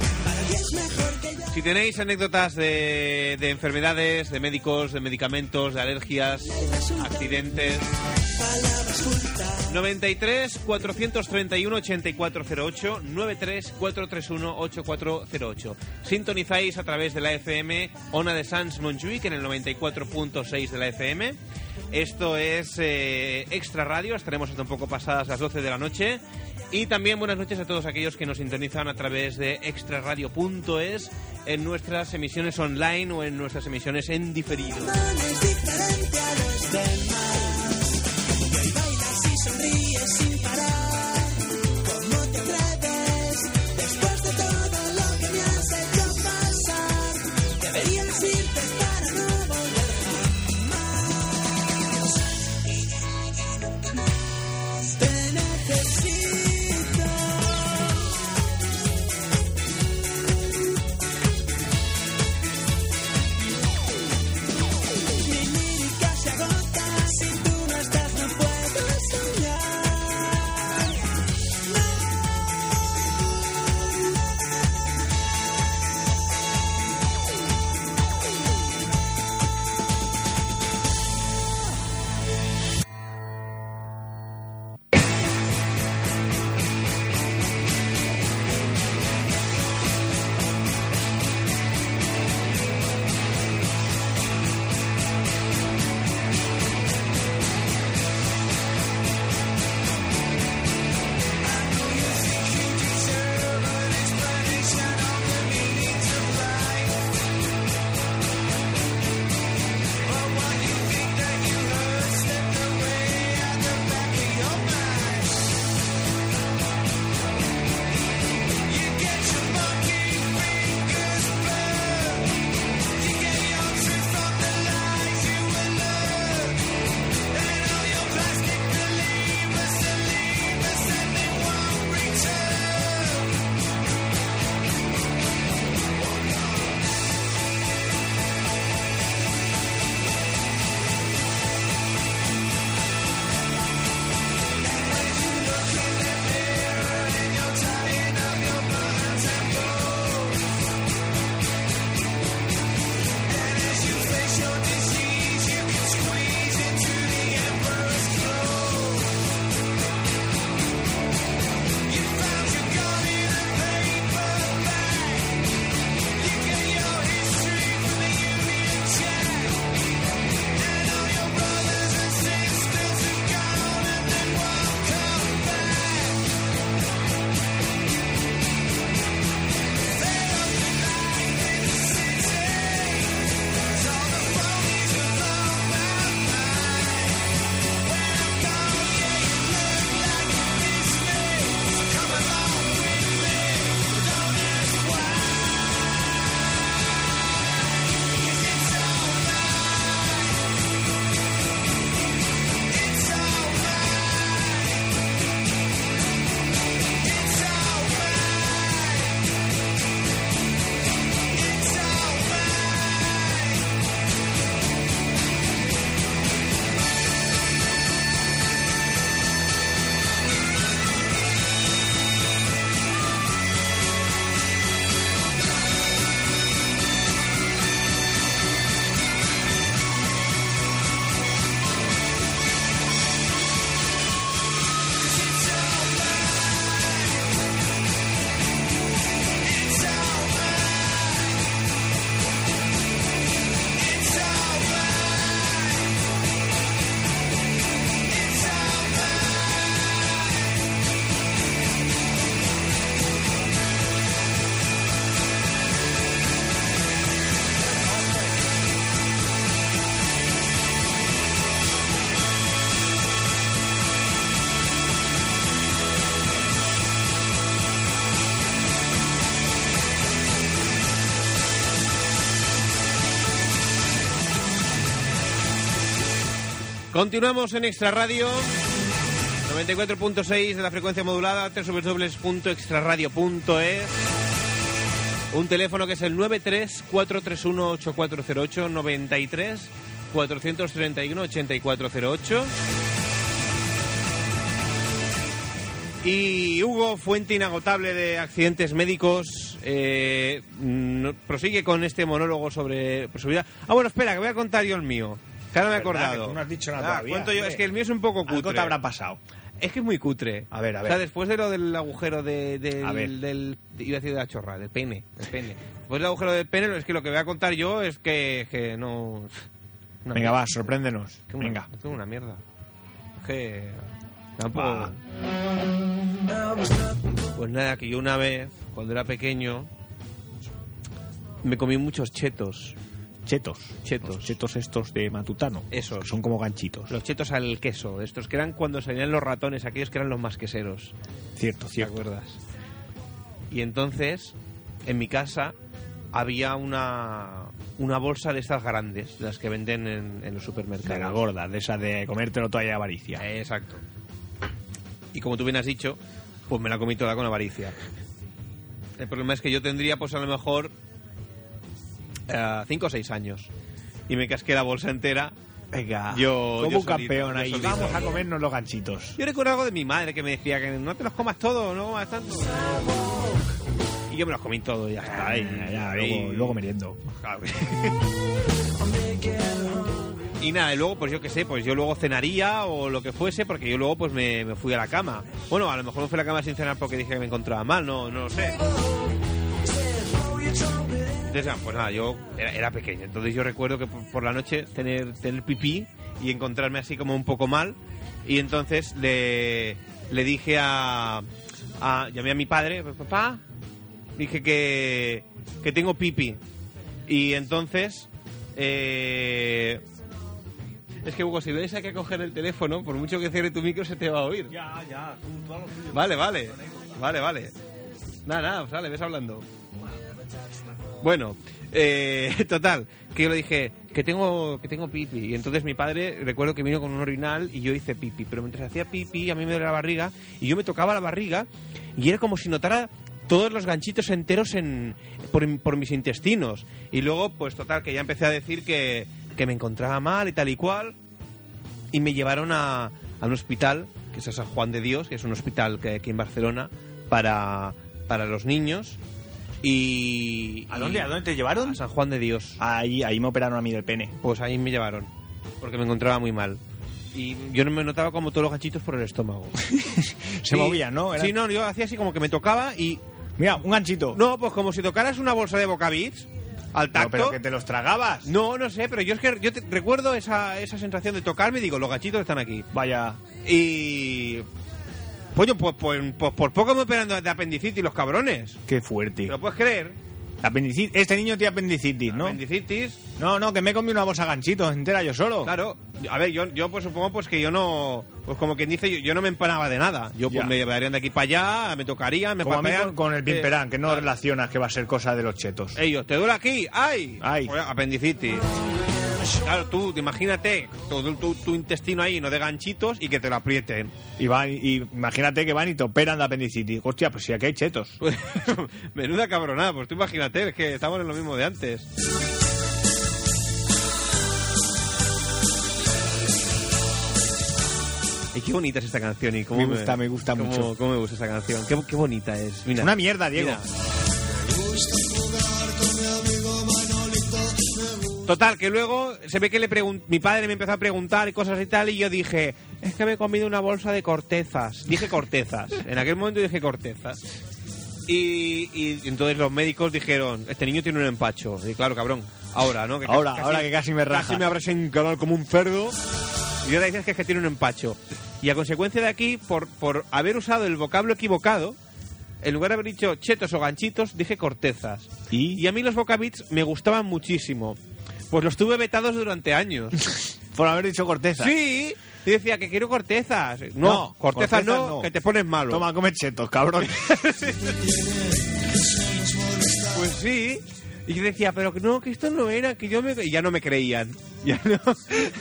Si tenéis anécdotas de, de enfermedades, de médicos, de medicamentos, de alergias, accidentes. 93 431 8408 93 431 8408 Sintonizáis a través de la FM Ona de Sans Montjuic en el 94.6 de la FM. Esto es eh, Extra Radio, estaremos hasta un poco pasadas las 12 de la noche. Y también buenas noches a todos aquellos que nos sintonizan a través de extraradio.es en nuestras emisiones online o en nuestras emisiones en diferido.
se agota si tú
Continuamos en Extra Radio. 94.6 de la frecuencia modulada, www.extraradio.es. Un teléfono que es el 93-431-8408, 93 431 8408. Y Hugo, fuente inagotable de accidentes médicos, eh, no- prosigue con este monólogo sobre su vida. Ah, bueno, espera, que voy a contar yo el mío. Que ahora me he
Verdad, que
acordado.
tú no has dicho nada
Ah,
todavía,
cuento yo,
hombre.
es que el mío es un poco
Algo
cutre.
te habrá pasado.
Es que es muy cutre.
A ver, a
O sea,
ver.
después de lo del agujero de, del,
A ver.
del- Iba a decir de la chorra, del pene. del pene. Después del agujero del pene, es que lo que voy a contar yo es que, que no... una
Venga,
mierda.
va, sorpréndenos.
Es que una-
Venga.
Es que una mierda. Es que... Tampoco...
Va.
Pues nada, que yo una vez, cuando era pequeño, me comí muchos chetos.
Chetos.
Chetos.
Los chetos estos de Matutano.
Esos.
Que Son como ganchitos.
Los chetos al queso, estos que eran cuando salían los ratones, aquellos que eran los más queseros.
Cierto,
¿Te
cierto.
acuerdas? Y entonces, en mi casa había una, una bolsa de estas grandes, de las que venden en, en los
De la
supermercados.
gorda, de esa de comértelo todavía de avaricia.
Eh, Exacto. Y como tú bien has dicho, pues me la comí toda con avaricia. El problema es que yo tendría, pues a lo mejor, 5 o 6 años. Y me casqué la bolsa entera.
Venga.
Yo-
como
yo
un
solito,
campeón
yo
ahí.
solito.
Vamos a comernos los ganchitos.
Yo recuerdo algo de mi madre que me decía que no te los comas todo, no comas tanto. Y yo me los comí todo y ya está.
Ay,
y-
Ah, ya, ya,
y-
luego, luego meriendo.
Y nada, y luego, pues yo qué sé, pues yo luego cenaría o lo que fuese, porque yo luego pues me, me fui a la cama. Bueno, a lo mejor me fui a la cama sin cenar porque dije que me encontraba mal, no, no lo sé. Entonces, ah, pues nada, yo era, era pequeño, entonces yo recuerdo que por, por la noche tener, tener pipí y encontrarme así como un poco mal. Y entonces le, le dije a, a- Llamé a mi padre, papá, dije que, que tengo pipi. Y entonces... eh, es que Hugo, si veis hay que coger el teléfono, por mucho que cierre tu micro se te va a oír.
Ya, ya, tú, tú
Vale, vale. Vale, vale. Nada, nada, o sea, le ves hablando. Bueno, eh, total, que yo le dije que tengo, que tengo pipi. Y entonces mi padre, recuerdo que vino con un orinal y yo hice pipi. Pero mientras hacía pipi, a mí me dolía la barriga y yo me tocaba la barriga y era como si notara todos los ganchitos enteros en, por, por mis intestinos. Y luego, pues total, que ya empecé a decir que, que me encontraba mal y tal y cual y me llevaron a, a un hospital, que es a San Juan de Dios, que es un hospital que hay aquí en Barcelona, para, para los niños. Y,
¿A dónde,
y-
a dónde te llevaron? Ah.
A San Juan de Dios.
Ahí, ahí me operaron a mí del pene.
Pues ahí me llevaron, porque me encontraba muy mal. Y yo no me notaba como todos los ganchitos por el estómago.
Se movía, ¿no? Era-
Sí, no, yo hacía así como que me tocaba y...
Mira, un ganchito.
No, pues como si tocaras una bolsa de bocabits al
Pero-
tacto.
pero que te los tragabas.
No, no sé, pero yo es que yo te- recuerdo esa, esa sensación de tocarme y digo, los ganchitos están aquí.
Vaya.
Y. Coño, pues, pues- pues por poco me operando de apendicitis los cabrones.
Qué fuerte.
¿Te lo puedes creer?
Apendicitis. Este niño tiene apendicitis, ¿no?
Apendicitis,
No, no, que me comí una bolsa ganchito entera yo solo.
claro. A ver, yo, yo pues supongo pues que yo no. Pues como quien dice, yo, yo no me empanaba de nada. Yo pues
Ya.
me llevarían de aquí para allá, me tocaría, me
Como a mí
papean.
con, con el
Eh,
pimperán, que no relacionas que va a ser cosa de los chetos.
Ellos, Eh, ¿te duele aquí? ¡Ay!
Ay.
Pues, apendicitis. Claro, tú, te imagínate, todo tu, tu intestino ahí no de ganchitos y que te lo aprieten.
Y van, y imagínate que van y te operan de apendicitis. Hostia, pues sí, aquí hay chetos.
Pues, Menuda cabronada, pues tú imagínate, es que estamos en lo mismo de antes. Y qué bonita es esta canción y cómo
Me gusta, me gusta
cómo-
mucho.
Cómo me gusta esta canción, qué, qué bonita es. Mira,
Una mierda, Diego.
mira. Total, que luego se ve que le pregun- mi padre me empezó a preguntar y cosas y tal, y yo dije, es que me he comido una bolsa de cortezas. Dije cortezas, en aquel momento dije cortezas. Y, y entonces los médicos dijeron, este niño tiene un empacho. Y claro, cabrón, ahora, ¿no?
Ahora, ahora que casi me raja.
Casi me habrás encarado como un cerdo. Y ahora dices que es que tiene un empacho. Y a consecuencia de aquí, por, por haber usado el vocablo equivocado, en lugar de haber dicho chetos o ganchitos, dije cortezas.
¿Y?
a mí los vocabits me gustaban muchísimo. Pues los tuve vetados durante años.
Por haber dicho corteza.
sí. Y decía que quiero cortezas. No,
No,
cortezas,
cortezas
no,
no.
que te pones malo.
Toma, come chetos, cabrón.
Pues sí. Y yo decía, pero que no, que esto no era, que yo me... Y ya no me creían.
Ya no,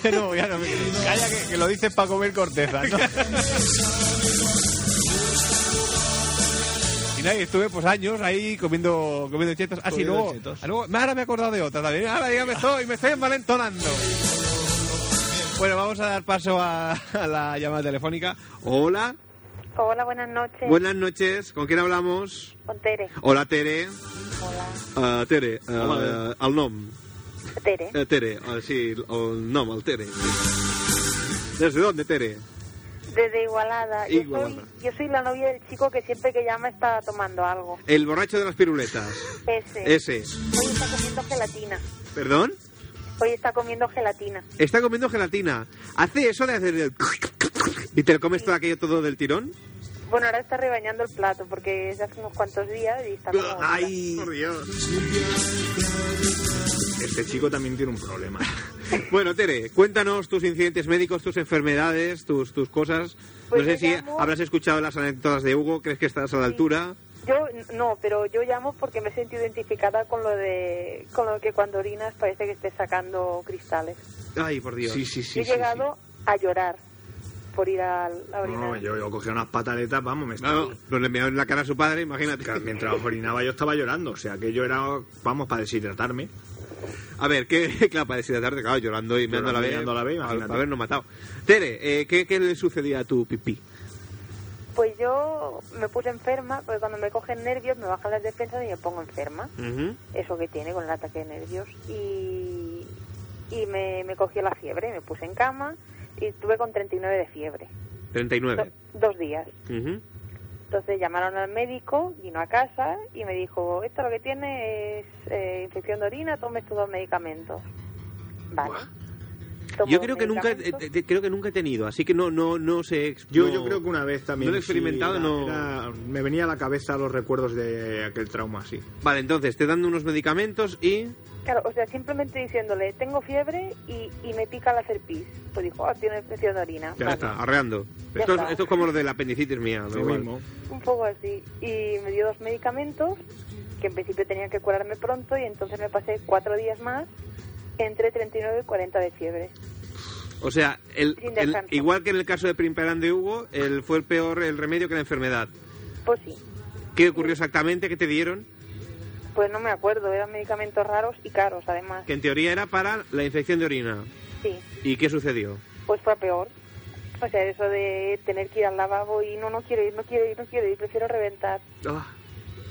ya no, ya no. Calla que, que lo dices para comer corteza, ¿no?
Y nada, y estuve pues años ahí comiendo, comiendo chetos. Ah, sí,
Comiendo
luego,
chetos.
ah, luego- Ahora me he acordado de otra también. Ahora ya me estoy, me estoy envalentonando. Bueno, vamos a dar paso a, a la llamada telefónica. Hola,
Hola, buenas noches.
buenas noches. ¿Con quién hablamos?
Con Tere.
Hola, Tere.
Hola.
Ah, Tere, ah,
Hola.
al nom.
Tere,
Eh, Tere, ah, sí, el nom, el Tere. ¿Desde dónde, Tere?
desde Igualada. Yo,
Igualada.
soy, yo soy la novia del chico que siempre que llama está tomando algo.
El borracho de las piruletas.
Ese.
Ese.
Hoy está comiendo gelatina.
¿Perdón?
Hoy está comiendo gelatina.
Está comiendo gelatina. ¿Hace eso de hacer el... y te lo comes todo aquello todo del tirón?
Bueno, ahora está rebañando el plato porque es de hace unos cuantos días y está como...
¡Ay! Por Dios.
Este chico también tiene un problema.
Bueno, Tere, cuéntanos tus incidentes médicos, tus enfermedades, tus, tus cosas.
Pues
no sé
yo
si
llamo-
habrás escuchado las anécdotas de Hugo, ¿crees que estás a la altura?
Yo no, pero yo llamo porque me he sentido identificada con lo de con lo que cuando orinas parece que estés sacando cristales.
¡Ay, por Dios!
Sí, sí, sí.
yo he
sí,
llegado a llorar por ir a, la
sí. No,
orinar.
yo, yo cogía unas pataletas, vamos, me estaba...
No, no, le miró en la cara a su padre, imagínate.
Mientras orinaba yo estaba llorando, o sea, que yo era, vamos, para deshidratarme.
A ver, ¿qué? Claro, para tarde, claro, llorando y meando
Llorando
la
y
vez.
meando a la vez,
a-
imagínate.
a habernos matado. Tere, eh, ¿qué, ¿qué le sucedía a tu pipí?
Pues yo me puse enferma, porque cuando me cogen nervios me bajan las defensas y me pongo enferma.
Ujú.
Eso que tiene con el ataque de nervios. Y, y me, me cogió la fiebre, me puse en cama y estuve con 39 de fiebre.
39.
Do- dos días.
Ujú.
Entonces llamaron al médico, vino a casa y me dijo, esto lo que tiene es eh, infección de orina, tome estos dos medicamentos. Vale.
Buah.
Tomo
Yo
dos
creo que nunca eh,
medicamentos.
eh, creo que nunca he tenido, así que no no no sé. ex-
Yo,
no-
yo creo que una vez también...
no lo he
sí,
experimentado,
era-
no.
era- me venía a la cabeza los recuerdos de aquel trauma, sí.
Vale, entonces te dan unos medicamentos y
Claro, o sea, simplemente diciéndole, tengo fiebre y, y me pica la cerviz. Pues dijo, ah, tiene infección de orina.
Ya
ya
Vale.
está, arreando.
Ya
Esto, es-
está.
esto es como lo de la apendicitis mía, da
Lo
igual.
mismo.
Un poco así. Y me dio dos medicamentos que en principio tenían que curarme pronto y entonces me pasé cuatro días más entre 39 y 40 de fiebre.
O sea, el,
Sin
el-
descanso.
igual que en el caso de Primperán de Hugo, el, fue el peor el remedio que la enfermedad.
Pues sí,
¿Qué ocurrió exactamente? ¿Qué te dieron?
pues no me acuerdo, eran medicamentos raros y caros además.
Que en teoría era para la infección de orina.
Sí,
¿Y qué sucedió?
pues fue peor. O sea, eso de tener que ir al lavabo y no, no quiero ir, no quiero ir, no quiero ir, prefiero reventar.
Ah,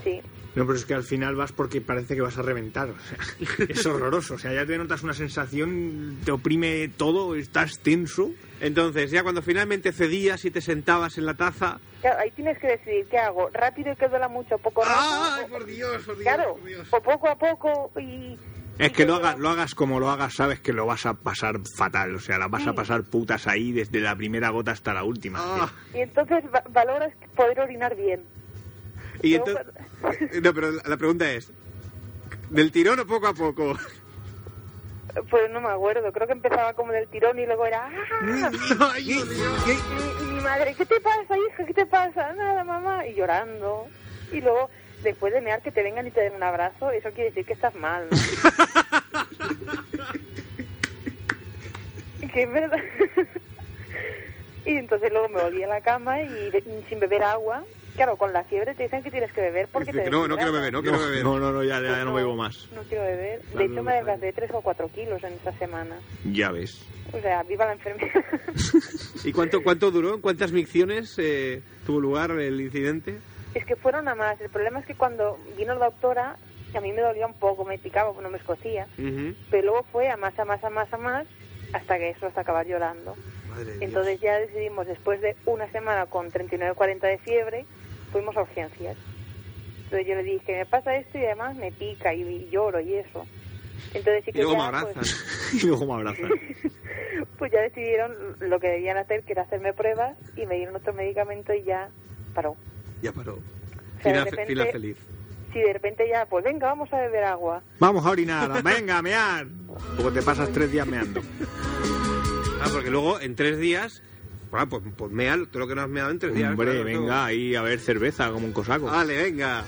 Sí,
No, pero es que al final vas porque parece que vas a reventar. O sea, es horroroso. O sea, ya te notas una sensación, te oprime todo, estás tenso.
Entonces, ya cuando finalmente cedías y te sentabas en la taza.
Claro, ahí tienes que decidir qué hago, rápido y que duela mucho, poco rato.
¡Ay,
o-
por Dios, por Dios!
claro,
por Dios!
o poco a poco y...
Es
y
que lo
duela.
hagas, lo hagas como lo hagas, sabes que lo vas a pasar fatal. O sea, la vas a
Sí.
pasar putas ahí desde la primera gota hasta la última.
Ah.
Y entonces va- valoras poder orinar bien.
Y
Yo
entonces, eh, no, pero la pregunta es, ¿del tirón o poco a poco?
Pues no me acuerdo, creo que empezaba como del tirón y luego era... ¡Ah!
Ay, Dios.
Y, y mi madre, ¿qué te pasa, hija? ¿Qué te pasa? Nada, mamá. Y llorando. Y luego, después de mear, que te vengan y te den un abrazo, eso quiere decir que estás mal, ¿no? que es verdad. y entonces luego me volví a la cama y be- sin beber agua. Claro, con la fiebre te dicen que tienes que beber porque te
Que no, no quiero
deshidratas.
beber, no quiero
No,
beber.
no, no, no, ya, ya no bebo más.
No quiero beber.
Claro,
De hecho,
no,
me adelgacé 3 o 4 kilos en esta semana.
Ya ves.
O sea, viva la enfermedad.
¿Y cuánto, cuánto duró? ¿En cuántas micciones eh, tuvo lugar el incidente?
Es que fueron a más. El problema es que cuando vino la doctora, a mí me dolía un poco, me picaba, no me escocía.
Ujú.
Pero luego fue a más, a más, a más, a más, hasta que eso, hasta acabar llorando.
Madre de Dios.
Entonces ya decidimos, después de una semana con 39-40 de fiebre, fuimos a urgencias. Entonces yo le dije, me pasa esto y además me pica y, y lloro y eso. Entonces sí
Y
que
luego me
ya,
abrazan.
pues,
Y luego me abrazan.
pues ya decidieron lo que debían hacer, que era hacerme pruebas y me dieron otro medicamento y ya paró.
Ya paró.
O sea, de
Final,
repente-
final feliz.
Si de repente ya, pues venga, vamos a beber agua.
Vamos a orinar, venga, a mear. Porque te pasas tres días meando.
Ah, porque luego en tres días, ah, pues, pues mea todo lo que no has meado en tres días.
Hombre,
claro, Ah, todo.
venga, ahí a ver cerveza como un cosaco.
Vale, venga.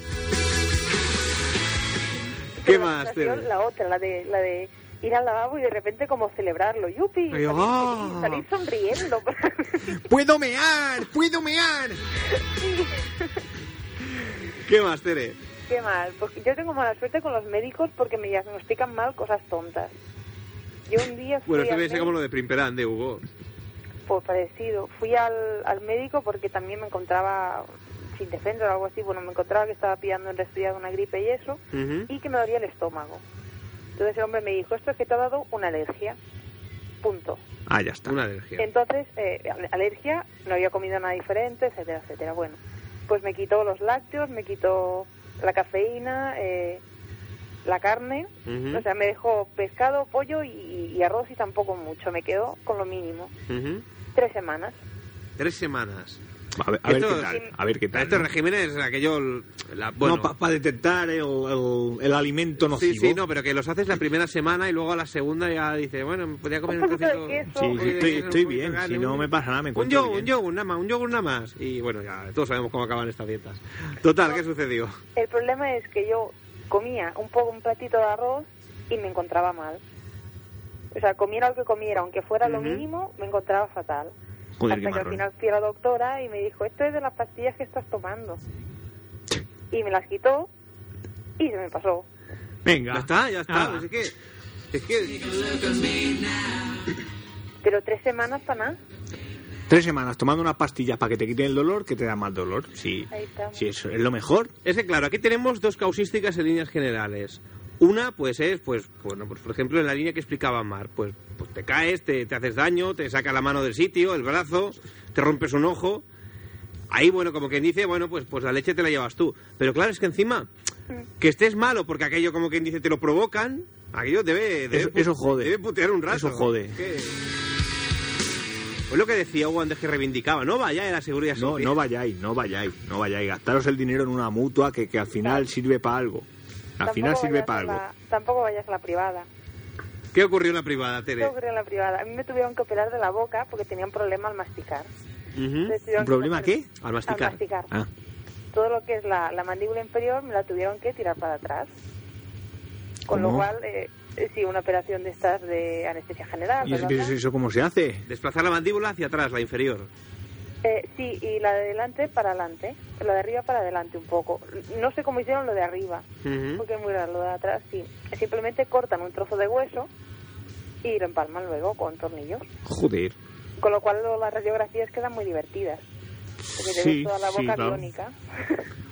¿Qué
Pero la
más,
sensación,
Tere?
La otra, la de, la de ir al lavabo y de repente como celebrarlo. ¡Yupi!
Pero,
Salir,
ah.
feliz, salir sonriendo.
¡Puedo mear! ¡Puedo mear!
¿Qué más, Tere?
Qué mal. Pues yo tengo mala suerte con los médicos porque me diagnostican mal cosas tontas. Yo un día fui
Bueno, esto
al
debe ser
médico-
como lo de Primperán de Hugo.
Pues parecido. Fui al, al médico porque también me encontraba sin defensa o algo así. Bueno, me encontraba que estaba pillando un resfriado, una gripe y eso, y que me dolía el estómago. Entonces el hombre me dijo, esto es que te ha dado una alergia. Punto.
Ah, ya está. Una alergia.
Entonces, eh, al- alergia, no había comido nada diferente, etcétera, etcétera. Bueno, pues me quitó los lácteos, me quitó la cafeína, eh, la carne,
Ujú.
o sea, me dejó pescado, pollo y, y arroz y tampoco mucho, me quedó con lo mínimo.
Ujú.
Tres semanas.
Tres semanas.
A ver, a ver
Esto-
qué tal. A ver qué tal.
Este
¿no?
régimen es aquello... La, bueno,
para detectar el, el- el alimento nocivo.
Sí, sí, no, pero que los haces la primera semana y luego a la segunda ya dices, bueno, me podría comer
Un
un
poquito de
trocito...
queso.
Sí,
un
sí,
poquito de
estoy,
queso,
estoy
un poquito de
bien.
carne,
Si no
un-
me pasa nada, me
Un
encuentro
yogur, un
bien.
yogur, nada más, un yogur nada más. Y bueno, ya todos sabemos cómo acaban estas dietas. Total, ¿qué sucedió?
El problema es que yo comía un poco un platito de arroz y me encontraba mal. O sea, comiera lo que comiera, aunque fuera lo
Ujú.
mínimo, me encontraba fatal.
Joder, qué
Hasta que al
marrón.
final fui a la doctora y me dijo, esto es de las pastillas que estás tomando. Y me las quitó y se me pasó.
Venga.
Ya está, ya está.
Ah.
pues es que... Es que...
Pero tres semanas para nada.
Tres semanas tomando unas pastillas para que te quiten el dolor, que te da más dolor. Sí,
Ahí estamos.
sí eso es lo mejor.
Es que claro, aquí tenemos dos causísticas en líneas generales. Una, pues es, pues, bueno, pues por ejemplo, en la línea que explicaba Mar, pues, pues te caes, te, te haces daño, te saca la mano del sitio, el brazo, te rompes un ojo. Ahí, bueno, como quien dice, bueno, pues, pues la leche te la llevas tú. Pero claro, es que encima, que estés malo porque aquello, como quien dice, te lo provocan, aquello debe... debe
Eso-
pu-
eso jode.
Debe putear un rato.
Eso jode.
Que- Pues lo que decía Hugo antes que reivindicaba, no vaya de la seguridad
No,
social.
no vayáis, no vayáis, no vayáis. Gastaros el dinero en una mutua que, que al final sirve para algo. Al
Tampoco
final sirve
vayas
para
a
algo.
la- tampoco vayas a la privada.
¿Qué ocurrió en la privada, Tere?
Yo creo en la privada. A mí me tuvieron que operar de la boca porque tenía un problema al masticar.
Ujú.
Me tuvieron
¿Mm? ¿Un
que
problema
coger-
qué?
Al masticar.
Al masticar.
Ah,
Todo lo que es la, la mandíbula inferior me la tuvieron que tirar para atrás. Con lo
¿Cómo?
cual, eh, eh, sí, una operación de estas de anestesia general.
¿Y eso,
bla, bla,
eso-
bla.
eso cómo se hace?
Desplazar la mandíbula hacia atrás, la inferior.
Eh, sí, y la de adelante para adelante, la de arriba para adelante un poco. No sé cómo hicieron lo de arriba,
¿Mm?
porque es muy raro, lo de atrás sí. Simplemente cortan un trozo de hueso y lo empalman luego con tornillos.
Joder.
Con lo cual luego las radiografías quedan muy divertidas. Porque te
Sí,
ves toda la
sí,
boca
claro.
biónica.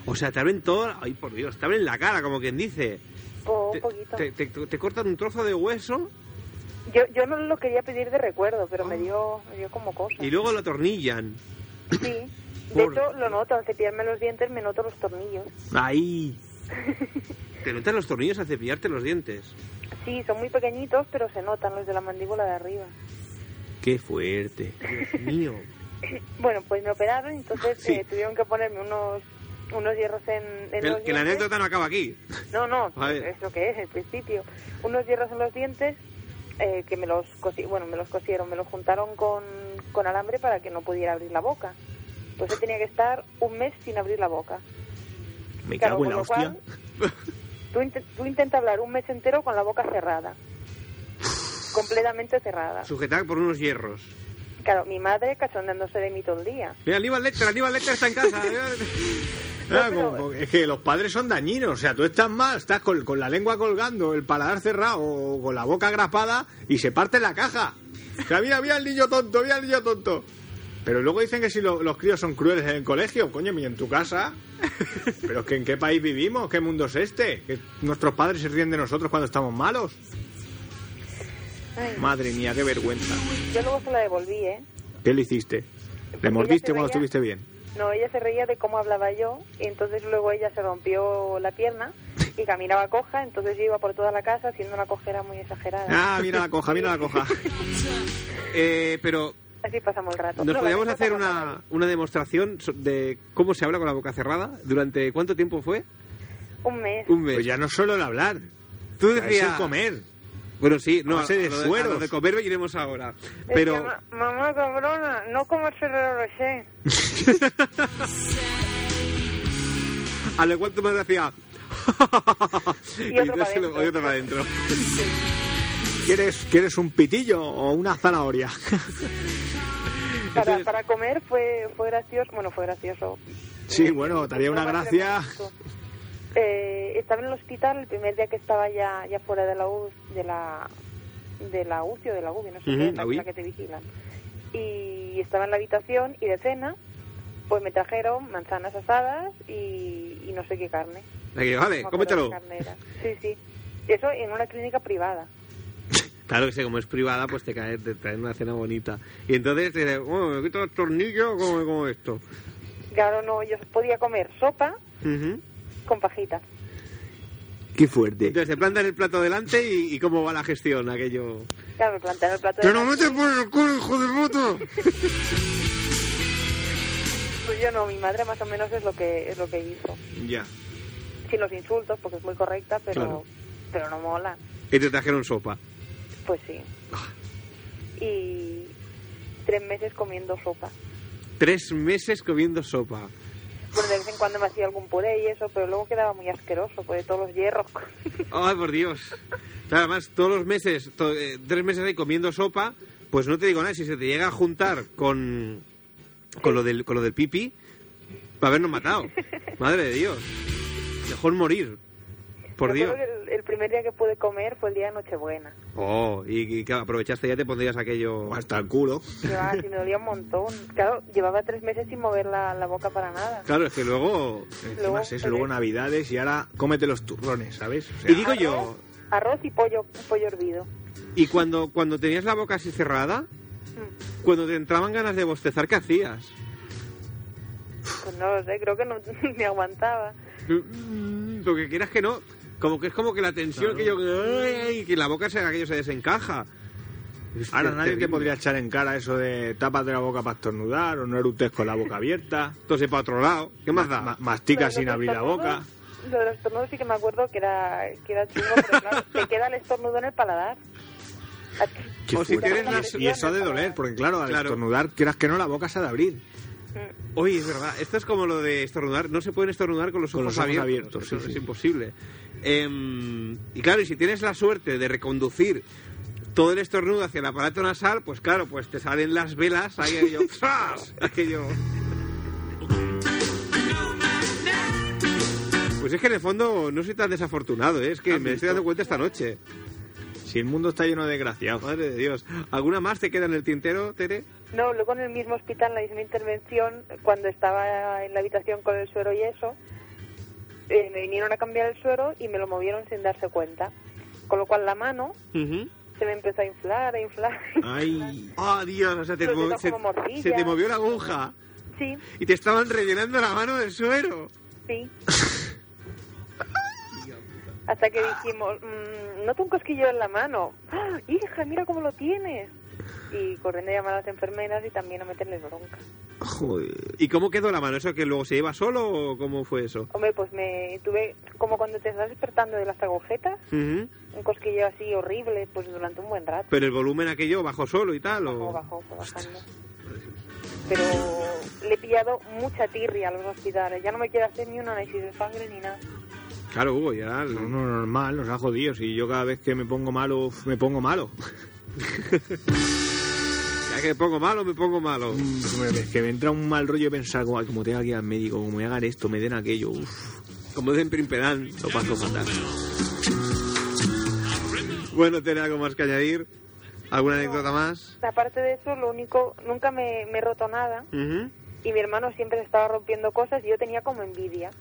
O sea, te abren todo... Ay, por Dios, te abren la cara, como quien dice.
Po-
Te-
un poquito.
Te, te- te cortan un trozo de hueso
Yo, yo no lo quería pedir de recuerdo, pero me, dio, me dio como cosa.
Ah. y luego lo atornillan.
Sí. De
Por-
hecho, lo noto, al cepillarme los dientes me noto los tornillos.
Ahí.
Te notan los tornillos al cepillarte los dientes.
Sí, son muy pequeñitos, pero se notan los de la mandíbula de arriba.
Qué fuerte.
Dios mío.
Bueno, pues me operaron, entonces
Sí.
eh, tuvieron que ponerme unos unos hierros en, en
Que,
los
que la
dientes.
anécdota no acaba aquí.
No, no,
A ver.
es lo que es, el principio. Unos hierros en los dientes eh, que me los cosi bueno, me los cosieron, me los juntaron con, con alambre para que no pudiera abrir la boca. Pues yo tenía que estar un mes sin abrir la boca.
Me
Claro,
cago en
con
la
lo
hostia.
cual, tú, inte- tú intenta hablar un mes entero con la boca cerrada. completamente cerrada.
Sujetada por unos hierros.
Claro, mi madre cachondándose de mí todo el día.
Mira, Aníbal Lecter, Aníbal Lecter está en casa. Mira.
Ah, como- como- es que los padres son dañinos, o sea, tú estás mal, estás con, con la lengua colgando, el paladar cerrado o con la boca agrapada y se parte la caja. O sea, mira, mira el niño tonto, mira el niño tonto. Pero luego dicen que si lo- los críos son crueles en el colegio, coño, mira, en tu casa. Pero es que en qué país vivimos, qué mundo es este, que nuestros padres se ríen de nosotros cuando estamos malos.
Ay,
Madre mía, qué vergüenza.
yo luego se la devolví, ¿eh?
¿Qué le hiciste? ¿Le
Porque ella
mordiste
se
cuando
reía.
estuviste bien?
No, ella se reía de cómo hablaba yo y entonces luego ella se rompió la pierna y caminaba coja, entonces yo iba por toda la casa haciendo una cojera muy exagerada.
Ah, mira la coja, mira la coja.
Eh, pero
Así pasamos el rato.
nos
No,
podíamos
la
hacer
anécdota no
una, una demostración so- de cómo se habla con la boca cerrada. ¿Durante cuánto tiempo fue?
acaba. Un mes.
Un mes.
Pues ya no solo el hablar,
Tú
es
decías...
el comer.
Bueno, sí, no,
A base de
a lo a
sueros.
lo de comer iremos ahora.
Decía,
Pero
"Ma- mamá cabrona, no como el Ferrero Rocher.
a lo cual tú me decías...
Y otro
dáselo-
pa' dentro.
otro para adentro.
¿Quieres, ¿Quieres un pitillo o una zanahoria?
Para, para comer fue, fue gracioso, bueno, fue gracioso.
Sí, bueno, te haría una gracia.
Eh, estaba en el hospital el primer día que estaba ya, ya fuera de la, U- de la de la UCI o de la UBI, no sé
Ujú,
qué,
la
la,
UBI.
la que te vigilan. Y estaba en la habitación y de cena, pues me trajeron manzanas asadas y, y no sé qué
Eh,
carne.
Aquí, vale,
No me acuerdo
cómetelo.
qué carne era. Sí, sí. Eso en una clínica privada.
Claro que sí, como es privada, pues te, cae, te traen una cena bonita. Y entonces te dicen, bueno, me quito los tornillos como, como esto.
Claro, no, yo podía comer sopa
Ujú.
con pajitas.
Qué fuerte.
Entonces te plantan el plato delante y, y cómo va la gestión, aquello.
Claro, plantar el plato
¡Te
de
lo
la-
metes por el culo, hijo de puta!
Pues yo no, mi madre más o menos es lo que es lo que hizo.
Ya.
Sin los insultos, porque es muy correcta, pero
Claro.
pero no mola.
Y te trajeron sopa.
Pues sí. Y tres meses comiendo sopa.
Tres meses comiendo sopa.
Bueno, de vez en cuando me hacía algún puré y eso, pero luego quedaba muy asqueroso, por todos los hierros.
Ay, por Dios. Claro, además, todos los meses, to- eh, tres meses ahí comiendo sopa, pues no te digo nada, si se te llega a juntar con, con, lo, del, con lo del pipi, va a habernos matado. Madre de Dios. Mejor morir. Por
Me
Dios.
acuerdo que El, el primer día que pude comer fue el día de Nochebuena.
Oh, y, y claro, aprovechaste ya te pondrías aquello...
Hasta el culo.
Llevaba así, me dolía un montón. Claro, llevaba tres meses sin mover la, la boca para nada.
Claro, es que luego...
Encima es eso, luego navidades y ahora cómete los turrones, ¿sabes? O sea,
Y digo yo,
Arroz y pollo, pollo hervido.
y cuando, cuando tenías la boca así cerrada,
Mm,
cuando te entraban ganas de bostezar, ¿qué hacías?
Pues no lo sé, creo que no me aguantaba.
Mm, Porque quieras que no, como que es como que la tensión
Claro.
que yo... ¡ay! que la boca se, aquello se desencaja. Hostia,
Ahora nadie
terrible.
te podría echar en cara eso de tápate la boca para estornudar o no eructes con la boca abierta.
Entonces, para otro lado, ¿qué más da?
Ma- mastica
Lo de
sin
los
abrir la boca.
estornudos, Lo de los estornudos sí que me acuerdo que era, que era chungo, pero claro, te queda el estornudo en el paladar.
Qué
O si
fuerte.
tienes las-
y, y eso ha de doler, porque claro, al
Claro.
estornudar, quieras que no, la boca se ha de abrir.
Mm,
Oye, es verdad, esto es como lo de estornudar, no se pueden estornudar con los ojos,
Con los ojos
abiertos,
abiertos,
eso
sí,
es
sí.
imposible. Em, y claro, y si tienes la suerte de reconducir todo el estornudo hacia el aparato nasal, pues claro, pues te salen las velas, ahí aquello, ¡zas! aquello... Pues es que en el fondo no soy tan desafortunado, ¿eh? es que
¿Has
me estoy
visto?
dando cuenta esta noche.
Si el mundo está lleno de desgraciados.
Madre de Dios. ¿Alguna más te queda en el tintero, Tere?
No, luego en el mismo hospital, en la misma intervención, cuando estaba en la habitación con el suero y eso, eh, me vinieron a cambiar el suero y me lo movieron sin darse cuenta. Con lo cual la mano se me empezó a inflar, a inflar.
Ay,
¡Oh, Dios! O sea, te
Pero
mo-
tengo
se,
como morcilla.
se te movió la aguja
Sí,
y te estaban rellenando la mano del suero.
sí. Hasta que dijimos, "Mm, noto un cosquillo en la mano. ¡Ah, hija, mira cómo lo tienes. Y corriendo a llamar a las enfermeras y también a meterles bronca.
joder.
¿Y cómo quedó la mano? ¿Eso que luego se lleva solo o cómo fue eso?
Hombre, pues me tuve, como cuando te estás despertando de las agujetas,
Ujú.
un cosquillo así horrible, pues durante un buen rato.
Pero el volumen aquello bajó solo y tal.
Bajó,
¿o?
bajó, fue bajando. Pero le he pillado mucha tirria a los hospitales. Ya no me quiere hacer ni un análisis de sangre ni nada.
Claro, Hugo, ya.
No, no, normal, nos ha jodido. Si yo cada vez que me pongo malo, uf, me pongo malo.
Ya que me pongo malo, me pongo malo.
Es que me entra un mal rollo pensar, como, ay, como tenga que ir al médico, como me hagan esto, me den aquello. uf.
Como dicen Primpedán, lo paso fatal. Bueno, ¿tiene algo más que añadir? ¿Alguna anécdota más?
Aparte de eso, lo único, nunca me, me he roto nada
Ujú.
y mi hermano siempre se estaba rompiendo cosas y yo tenía como envidia.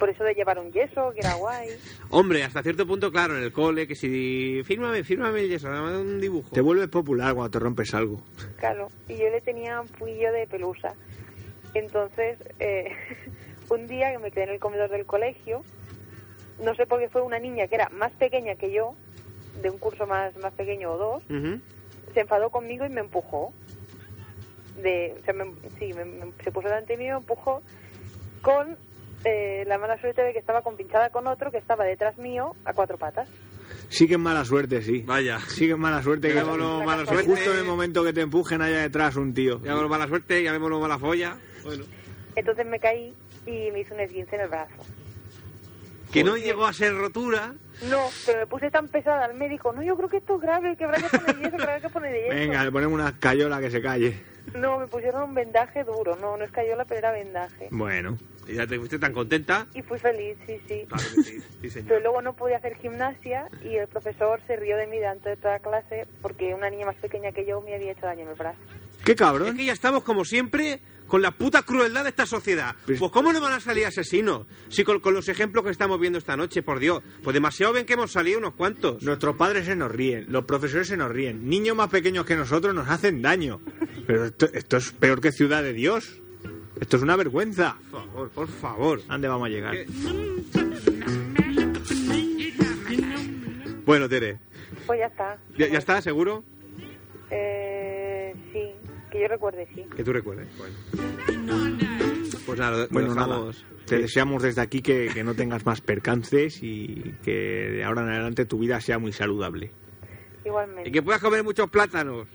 Por eso de llevar un yeso, que era guay.
Hombre, hasta cierto punto, claro, en el cole, que si... Fírmame, fírmame el yeso, dame un dibujo.
Te vuelves popular cuando te rompes algo.
Claro, y yo le tenía un puillo de pelusa. Entonces, eh, un día que me quedé en el comedor del colegio, no sé por qué fue una niña que era más pequeña que yo, de un curso más, más pequeño o dos,
Ujú.
se enfadó conmigo y me empujó. De, o sea, me- sí, me- me- se puso delante mío y me empujó con eh, la mala suerte de que estaba compinchada con otro que estaba detrás mío a cuatro patas.
Sí que es mala suerte, sí.
Vaya.
Sí que es mala suerte que,
Llamémoslo
la
mala
casa-
suerte.
justo en el momento que te empujen allá detrás un tío.
Llamémoslo mala suerte, llamémoslo mala folla. Bueno.
Entonces me caí y me hizo un esguince en el brazo.
que no llegó a ser rotura.
No, pero me puse tan pesada al médico. No, yo creo que esto es grave, que habrá que poner yeso, que habrá que poner yeso.
Venga, le ponemos una escayola que se calle.
No, me pusieron un vendaje duro. No, no es cayola, pero era vendaje.
Bueno,
Y ya te fuiste tan contenta.
Y fui feliz, sí, sí.
Claro que sí, sí,
Pero
señor.
luego no pude hacer gimnasia y el profesor se rió de mí delante de toda la clase porque una niña más pequeña que yo me había hecho daño en el brazo.
qué
Es
cabrón.
que ya estamos, como siempre, con la puta crueldad de esta sociedad.
Pues-
Pues, ¿cómo no van a salir asesinos? Si con, con los ejemplos que estamos viendo esta noche, por Dios. Pues demasiado ven que hemos salido unos cuantos.
Nuestros padres se nos ríen, los profesores se nos ríen, niños más pequeños que nosotros nos hacen daño. Pero esto, esto es peor que Ciudad de Dios. Esto es una vergüenza.
Por favor, por favor.
¿A dónde vamos a
Ah.
llegar?
¿Qué?
Bueno, Tere,
Pues ya está.
¿Ya, ya está, seguro?
Eh, sí, que yo recuerde, sí.
Que tú recuerdes. Bueno. Pues nada, lo- lo
bueno, nada.
dejamos.
Te
Sí.
deseamos desde aquí que, que no tengas más percances y que de ahora en adelante tu vida sea muy saludable.
Igualmente.
Y que puedas comer muchos plátanos.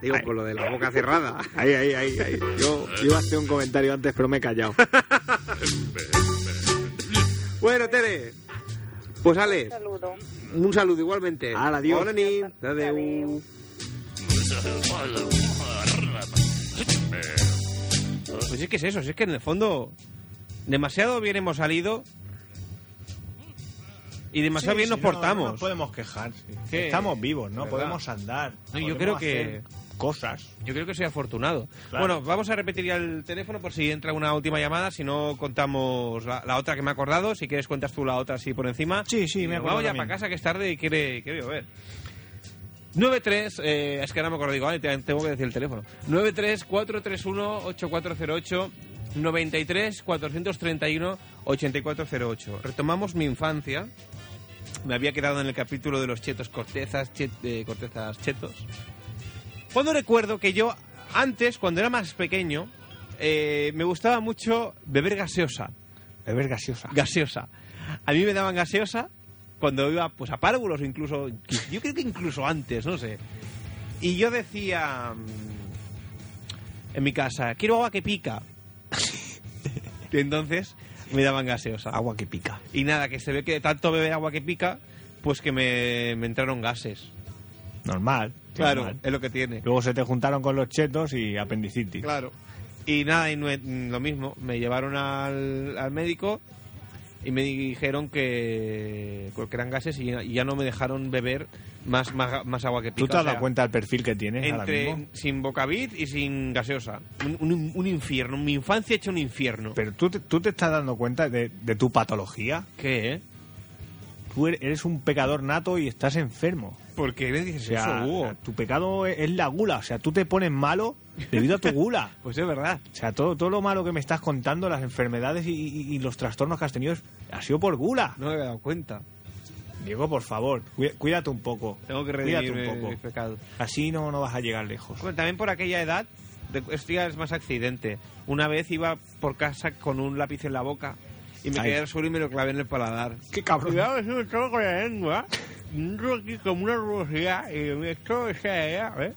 Digo,
Ay.
con lo de la boca cerrada.
Ahí, ahí, ahí, ahí. Yo yo iba a hacer un comentario antes, pero me he callado.
Bueno, Tere. Pues Ale,
Un saludo.
un saludo igualmente.
Ala, adiós.
Hola, Ni. Adeu. Pues es que es eso, si es que en el fondo demasiado bien hemos salido y demasiado
Sí,
bien
sí,
nos
no,
portamos.
No nos podemos quejar. sí.
Sí.
Estamos vivos, ¿no?
Verdad.
Podemos andar.
No, yo
podemos
creo que-
hacer Cosas.
Yo creo que soy afortunado.
Claro.
Bueno, vamos a repetir ya el teléfono por si entra una última llamada, si no contamos la, la otra que me he acordado, si quieres cuentas tú la otra así por encima.
Sí, sí,
Y
me he
nos
acordado
Vamos ya
también.
para casa que es tarde y quiere, quiere llover. 93, eh, es que ahora me acuerdo, digo, vale, te- tengo que decir el teléfono. 93-431-8408, 93-431-8408. Retomamos mi infancia. Me había quedado en el capítulo de los chetos cortezas, chet- eh, cortezas chetos. Cuando recuerdo que yo, antes, cuando era más pequeño, eh, me gustaba mucho beber gaseosa.
Beber gaseosa.
Gaseosa. A mí me daban gaseosa cuando iba pues a párvulos o incluso... Yo creo que incluso antes, no sé. Y yo decía... mm, En mi casa, quiero agua que pica. Y entonces me daban gaseosa.
Agua que pica.
Y nada, que se ve que tanto bebe agua que pica, pues que me, me entraron gases.
Normal.
Claro,
normal.
es lo que tiene.
Luego se te juntaron con los chetos y apendicitis.
Claro. Y nada, y nue- mm, lo mismo, me llevaron al, al médico y me dijeron que, que eran gases y, y ya no me dejaron beber más, más, más agua que pica.
¿Tú te has
O sea,
dado cuenta del perfil que tienes ahora
Entre
mismo?
sin bocavit y sin gaseosa. Un, un- un infierno, mi infancia hecho un infierno.
Pero tú te, tú te estás dando cuenta de, de tu patología.
¿Qué? eh?
Tú er- eres un pecador nato y estás enfermo.
¿Por qué me dices
O sea,
eso, Hugo?
tu pecado e-, es, es la gula. O sea, tú te pones malo debido a tu gula.
Pues es verdad.
O sea, todo, todo lo malo que me estás contando, las enfermedades y, y- y los trastornos que has tenido, es- ha sido por gula.
No me había dado cuenta.
Diego, por favor, cuí- cuídate un poco.
Tengo que
Cuídate
redimirme
un
mis
poco.
pecados.
Así no, no vas a llegar lejos.
Hombre, también por aquella edad, de- esto ya es más accidente. Una vez iba por casa con un lápiz en la boca y me
Ay.
quedé al suelo y me lo clavé en el paladar.
¡Qué cabrón!
Cuidado, eso me estaba con la lengua. Yo aquí como una rugosidad y esto esa era, ¿eh?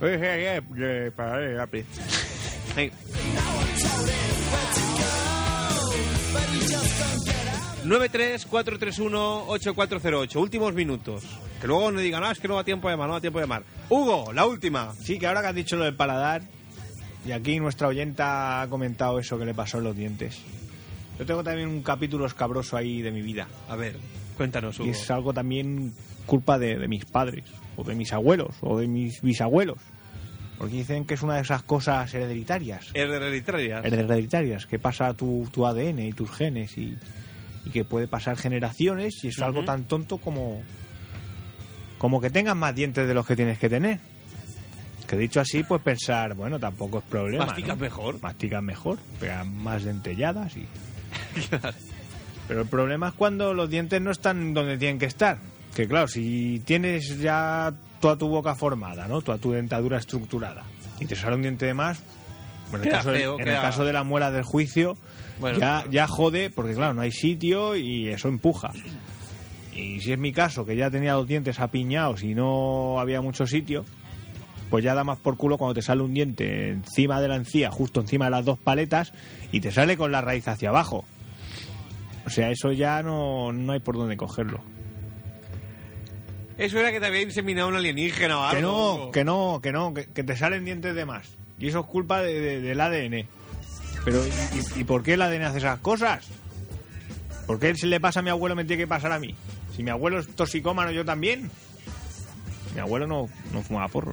Esa era de, de paladar el lápiz. Ay. 93431-8408. Últimos minutos. Que luego no digan, ah, es que no da tiempo a llamar, no da tiempo a llamar. Hugo, la última.
Sí, que ahora que has dicho lo del paladar, y aquí nuestra oyenta ha comentado eso que le pasó en los dientes. Yo tengo también un capítulo escabroso ahí de mi vida.
A ver, cuéntanos, Hugo.
Y es algo también culpa de, de mis padres, o de mis abuelos, o de mis bisabuelos. Porque dicen que es una de esas cosas hereditarias.
Es de Hereditaria.
Hereditarias, que pasa tu, tu ADN y tus genes y, y que puede pasar generaciones y es algo
Ujú.
tan tonto como, como que tengas más dientes de los que tienes que tener. Que dicho así, pues pensar, bueno, tampoco es problema.
Masticas
¿no?
mejor.
Masticas mejor, pegas más dentelladas y... Pero el problema es cuando los dientes no están donde tienen que estar. Que claro, si tienes ya toda tu boca formada, ¿no? Toda tu dentadura estructurada y te sale un diente de más, bueno, en el,
Queda
caso, de-
feo,
en
queda-
el caso de la muela del juicio,
Bueno,
ya,
claro.
ya jode porque claro, no hay sitio y eso empuja. Y si es mi caso, que ya tenía los dientes apiñados y no había mucho sitio, pues ya da más por culo cuando te sale un diente encima de la encía, justo encima de las dos paletas, y te sale con la raíz hacia abajo. O sea, eso ya no, no hay por dónde cogerlo.
Eso era que te había inseminado un alienígena o
Que
algo.
no, que no, que no, que, que te salen dientes de más. Y eso es culpa de- de- del ADN. Pero, ¿y, y- y por qué el ADN hace esas cosas? ¿Por qué si le pasa a mi abuelo me tiene que pasar a mí? Si mi abuelo es toxicómano, yo también. Mi abuelo no, no fumaba porro.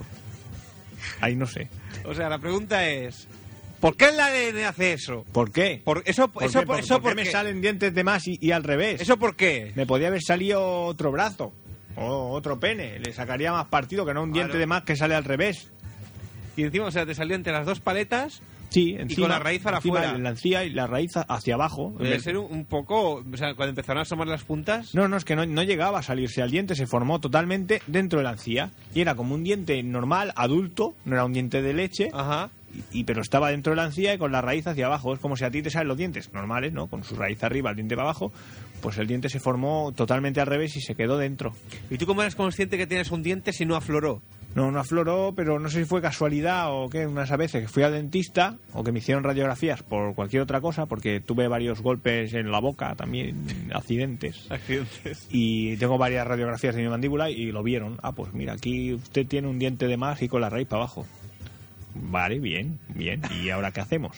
Ahí no sé.
O sea, la pregunta es... ¿Por qué el ADN hace eso?
¿Por qué?
Por, eso,
¿Por
eso,
qué? ¿Por-
eso,
por qué me salen dientes de más y, y al revés?
¿Eso por qué?
Me podía haber salido otro brazo o otro pene. Le sacaría más partido que no un
Claro.
diente de más que sale al revés.
Y encima, o sea, te salió entre las dos paletas
Sí, encima,
con la raíz para
encima
afuera.
La encía y la raíz a- hacia abajo.
Debe ser un, un poco... O sea, cuando empezaron a asomar las puntas...
No, no, es que no, no llegaba a salirse. El diente se formó totalmente dentro de la encía. Y era como un diente normal, adulto, no era un diente de leche,
Ajá.
y, y- pero estaba dentro de la encía y con la raíz hacia abajo. Es como si a ti te salen los dientes normales, ¿no? Con su raíz arriba, el diente para abajo. Pues el diente se formó totalmente al revés y se quedó dentro.
¿Y tú cómo eres consciente que tienes un diente si no afloró?
No, no afloró, pero no sé si fue casualidad o qué, unas veces que fui al dentista o que me hicieron radiografías por cualquier otra cosa, porque tuve varios golpes en la boca también, accidentes.
Accidentes.
Y tengo varias radiografías de mi mandíbula y lo vieron. Ah, pues mira, aquí usted tiene un diente de más y con la raíz para abajo. Vale, bien, bien. ¿Y ahora qué hacemos?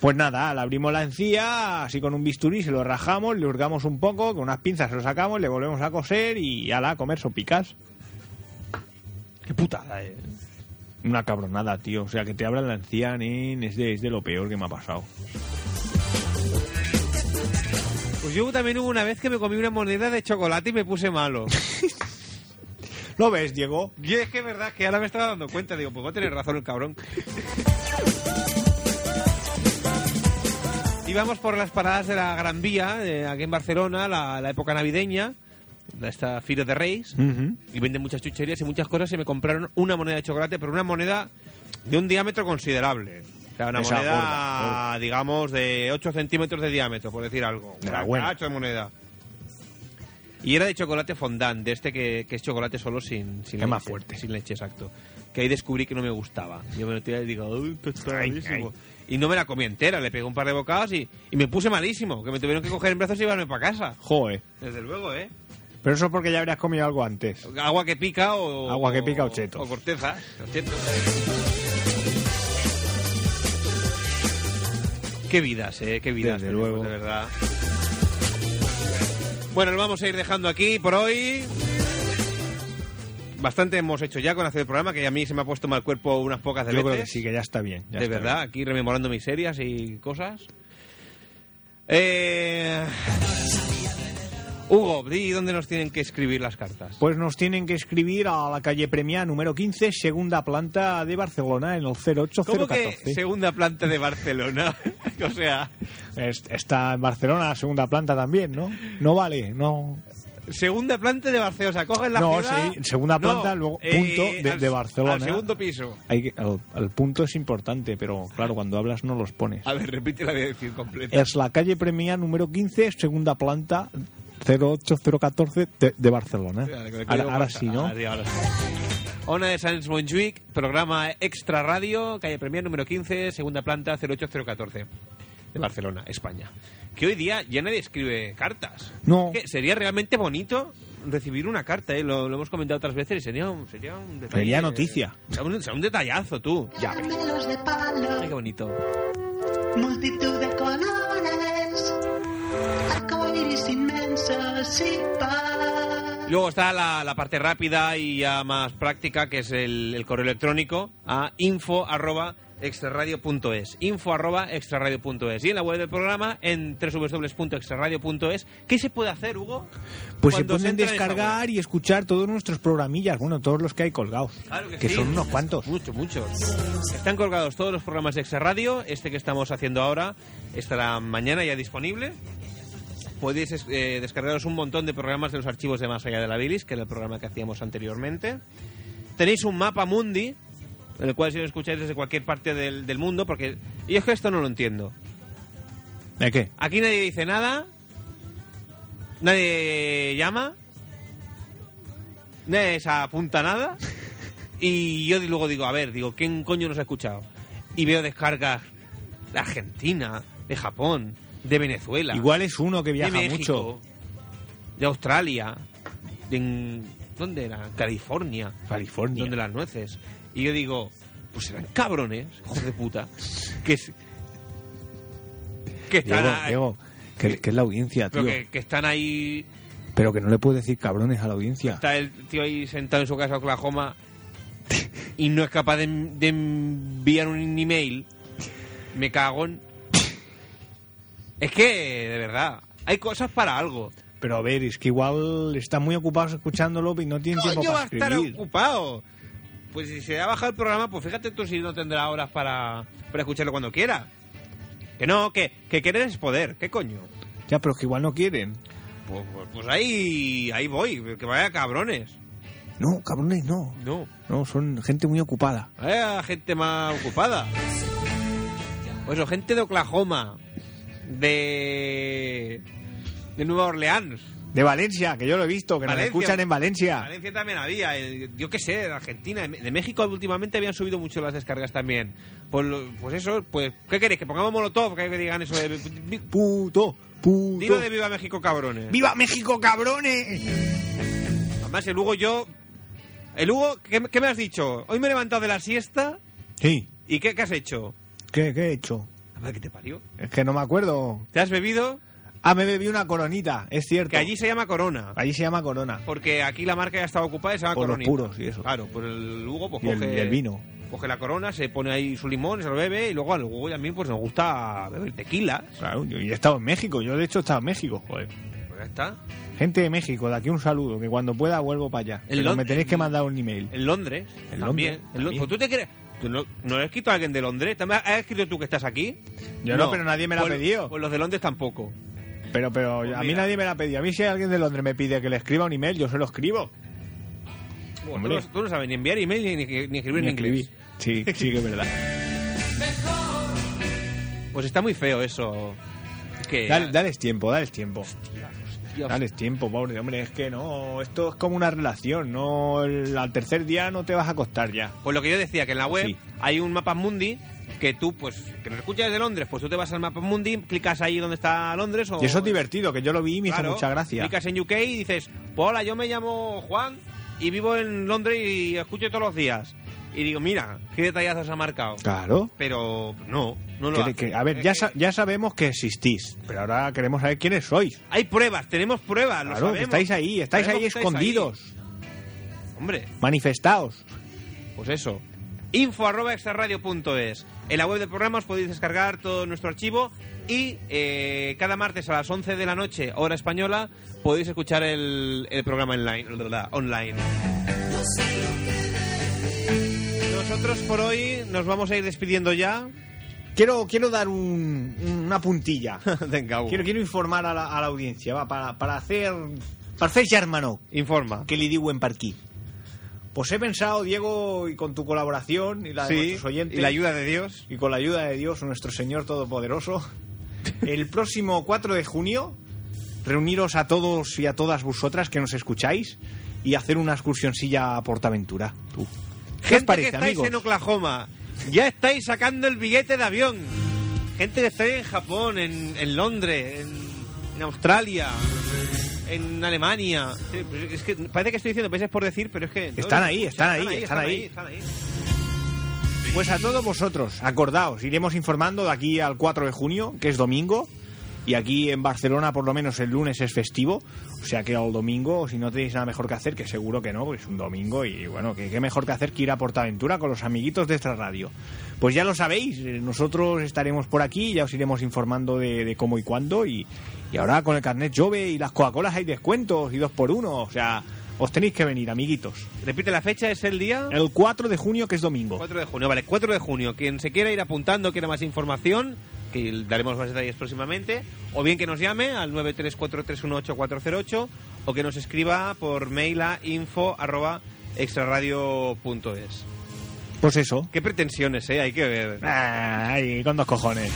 Pues nada, le abrimos la encía, así con un bisturí, se lo rajamos, le hurgamos un poco, con unas pinzas se lo sacamos, le volvemos a coser y ala, a comer sopicas. Qué putada eh. Una cabronada, tío. O sea, que te abran la encía, nen, es de, es de lo peor que me ha pasado.
Pues yo también hubo una vez que me comí una moneda de chocolate y me puse malo.
¿Lo ves, Diego?
y es que es verdad que ahora me estaba dando cuenta. Digo, pues va a tener razón el cabrón. Íbamos por las paradas de la Gran Vía, eh, aquí en Barcelona, la, la época navideña, la- esta Firo de Reis, y venden muchas chucherías y muchas cosas, y me compraron una moneda de chocolate, pero una moneda de un diámetro considerable. O sea, una
Esa
moneda,
gorda, gorda.
digamos, de 8 centímetros de diámetro, por decir algo.
De la
Una
buena.
cacho de moneda. Y era de chocolate fondant, de este que, que es chocolate solo sin, sin
Es más
leche,
fuerte.
Sin leche, exacto. Que ahí descubrí que no me gustaba. Yo me lo tiré y digo, "Uy, esto está
Ay,
malísimo". Y no me la comí entera, le pegué un par de bocados y, y me puse malísimo, que me tuvieron que coger en brazos y llevarme para casa.
Joe.
Desde luego, ¿eh?
Pero eso es porque ya habrías comido algo antes.
Agua que pica o...
Agua que pica o chetos.
O corteza, lo siento. Qué vidas, eh, qué vidas.
Desde
tenemos,
luego.
De verdad. Bueno, lo vamos a ir dejando aquí por hoy. Bastante hemos hecho ya con hacer el programa, que a mí se me ha puesto mal cuerpo unas pocas de
Yo creo
veces.
que sí, que ya está bien. ya
de
está
verdad, aquí rememorando miserias y cosas. Eh... Hugo, di dónde nos tienen que escribir las cartas.
Pues nos tienen que escribir a la calle Premia número 15, segunda planta de Barcelona, en el
¿Cómo
08014.
que segunda planta de Barcelona? o sea,
Es- Está en Barcelona, la segunda planta también, ¿no? No vale, no.
segunda planta de Barcelona. O sea, coges la
No,
ciudad- eh,
sí, segunda planta, luego punto de-
al-
de Barcelona.
Al segundo piso.
Hay que- el, el punto es importante, pero claro, cuando hablas no los pones.
A ver, repite la dirección completa.
Es la calle Premia número 15, segunda planta 08014 de, de Barcelona.
Vale, que me
Ahora,
quedo
ahora
corta.
sí, ¿no?
Ahora sí, ahora sí. Ona de Sans Montjuic, programa Extra Radio, calle Premier número 15, segunda planta 08014 de Barcelona, España. Que hoy día ya nadie escribe cartas.
No.
Que sería realmente bonito recibir una carta, ¿eh? lo, lo hemos comentado otras veces y sería un, sería un detalle.
Sería noticia.
Sería un, sería un detallazo, tú.
Ya ves.
Caramelos de palo,
Ay, qué bonito.
multitud de colores, arcoíris inmensos y paz.
Luego está la, la parte rápida y ya más práctica, que es el, el correo electrónico a info arroba extraradio.es info arroba extraradio.es y en la web del programa en www.extraradio.es ¿qué se puede hacer Hugo?
Pues
Cuando
se pueden
entra en esa
descargar
web.
y escuchar todos nuestros programillas, bueno, todos los que hay colgados,
Claro que sí.
son unos cuantos.
muchos muchos están colgados todos los programas de extraradio este que estamos haciendo ahora estará mañana ya disponible podéis es- eh, descargaros un montón de programas de los archivos de Más Allá de la Bilis, que era el programa que hacíamos anteriormente. Tenéis un mapa mundi, en el cual si lo escucháis desde cualquier parte del, del mundo, porque y es que esto no lo entiendo.
¿De qué?
Aquí nadie dice nada, nadie llama, nadie se apunta a nada, y yo luego digo, a ver, digo, ¿quién coño nos ha escuchado? Y veo descargas de Argentina, de Japón, de Venezuela,
Igual es uno que
de
viaja mucho.
México, de Australia, de en- ¿dónde era? California,
California.
donde las nueces. Y yo digo, pues serán cabrones, hijos de puta, que, es- que están
Diego,
ahí-
Diego, que, que es la audiencia, tío.
pero que- que están ahí
Pero que no le puedes decir cabrones a la audiencia.
Está el tío ahí sentado en su casa, Oklahoma, y no es capaz de, de enviar un email. Me cago en. Es que, de verdad, hay cosas para algo.
Pero a ver, es que igual están muy ocupados escuchándolo y no tienen tiempo
Coño, va a
para
estar
escribir.
ocupado. Pues si se ha bajado el programa, pues fíjate tú si no tendrá horas para, para escucharlo cuando quiera. Que no, que, que querer es poder. ¿Qué coño?
Ya, pero es que igual no quieren.
Pues, pues- pues ahí, ahí voy. Que vaya cabrones.
No, cabrones, no.
No.
No, son gente muy ocupada.
Hay gente más ocupada. O eso, gente de Oklahoma, de. de Nueva Orleans.
De Valencia, que yo lo he visto, que nos
Valencia.
escuchan en
En
Valencia.
Valencia también había, el- yo qué sé, de Argentina, de Me- de México últimamente habían subido mucho las descargas también. Pues, lo- pues eso, pues, ¿qué queréis? Que pongamos Molotov, que digan eso de. vi-
Puto, puto.
Dilo de Viva México, cabrones.
¡Viva México, cabrones!
Además, el Hugo, yo. El Hugo, ¿qué, qué me has dicho? Hoy me he levantado de la siesta
Sí,
y ¿qué, qué has hecho?
¿qué, qué he hecho?
Además, ¿qué te parió?
Es que no me acuerdo.
¿Te has bebido?
Ah, me bebí una coronita, es cierto.
Que allí se llama Corona.
Allí se llama corona.
Porque aquí la marca ya estaba ocupada y se va
Por los
Coronita.
puros y eso.
Claro, por el Hugo pues
Y el,
coge
y el vino.
Coge la corona, se pone ahí su limón, se lo bebe y luego al Hugo y a mí pues nos gusta beber tequila.
Claro, yo yo he estado en México. Yo, de hecho, he estado en México, joder.
Pues ya está.
Gente de México, de aquí un saludo, que cuando pueda vuelvo para allá.
En
Pero
Lond-
me tenéis que
en-
mandar un email.
En Londres.
En
también.
Londres,
En Lo-
también.
Pues, tú te crees. ¿Tú no, ¿No le has escrito a alguien de Londres? ¿También has escrito tú que estás aquí?
Yo no, pero nadie me lo ha
Pues-
pedido.
Pues los de Londres tampoco.
Pero, pero
Pues
a mí
mira.
nadie me la ha pedido. A mí si alguien de Londres me pide que le escriba un email, yo se lo escribo.
Bueno, Pues tú,
Hombre.
no, tú no sabes ni enviar email ni, ni- ni escribir en
Ni
inglés.
escribí. Sí, sí que es verdad.
Pues está muy feo eso. Es que,
Dale, dales tiempo, dales tiempo.
Dios,
Dales tiempo, pobre hombre. Es que no, esto es como una relación. No, el- al tercer día no te vas a acostar ya.
Pues lo que yo decía, que en la web
Sí.
hay un mapa mundi que tú, pues, que nos escuchas desde Londres, pues tú te vas al mapa mundi, clicas ahí donde está Londres o...
Y eso es divertido, que yo lo vi y me
Claro,
hizo mucha gracia.
Clicas en UK y dices, pues hola, yo me llamo Juan y vivo en Londres y escucho todos los días. Y digo, mira, qué detallazos ha marcado.
Claro.
Pero no, no lo
Que-
hace. Eh,
que- a ver,
Es
ya,
que
sa- ya sabemos que existís, pero ahora queremos saber quiénes sois.
Hay pruebas, tenemos pruebas, lo
Claro, que
sabemos.
estáis ahí, estáis
Sabemos
ahí
que estáis
escondidos,
ahí. Hombre,
manifestaos.
Pues eso. Info arroba extraradio.es. En la web del programa os podéis descargar todo nuestro archivo y eh, cada martes a las 11 de la noche, hora española, podéis escuchar el, el programa online, la- online. Nosotros por hoy nos vamos a ir despidiendo ya.
Quiero, quiero dar un- una puntilla.
Venga, Hugo.
quiero, quiero informar a la, a la audiencia, va, para, para hacer... Para hacer germano,
Informa.
que le digo en parquí. Pues he pensado, Diego, y con tu colaboración y la de
Sí,
nuestros oyentes...
y la ayuda de Dios.
y con la ayuda de Dios, nuestro Señor Todopoderoso, el próximo 4 de junio, reuniros a todos y a todas vosotras que nos escucháis y hacer una excursioncilla a Portaventura. Tú. ¿Qué os
Gente
parece,
que estáis
amigos?
en Oklahoma, ya estáis sacando el billete de avión. Gente que estáis en Japón, en, en Londres, en, en Australia, en Alemania. Sí, pues Es que parece que estoy diciendo países por decir, pero es que... no,
Están
no,
ahí,
sí,
están ahí, están ahí.
están ahí.
Pues a todos vosotros, acordaos, iremos informando de aquí al 4 de junio, que es domingo, y aquí en Barcelona por lo menos el lunes es festivo, o sea que al domingo, si no tenéis nada mejor que hacer, que seguro que no, porque es un domingo y bueno, que qué mejor que hacer que ir a Portaventura con los amiguitos de esta radio. Pues ya lo sabéis, eh, nosotros estaremos por aquí, ya os iremos informando de, de cómo y cuándo, y, y ahora con el carnet Jove y las Coca-Colas hay descuentos y dos por uno, o sea, os tenéis que venir, amiguitos.
Repite la fecha, es el día...
El 4 de junio, que es domingo.
4 de junio, vale, 4 de junio. Quien se quiera ir apuntando, quiera más información, que daremos más detalles próximamente, o bien que nos llame al 934318408 o que nos escriba por mail a info arroba extraradio.es.
Pues eso.
Qué pretensiones, eh, hay que ver.
Ay, con dos cojones.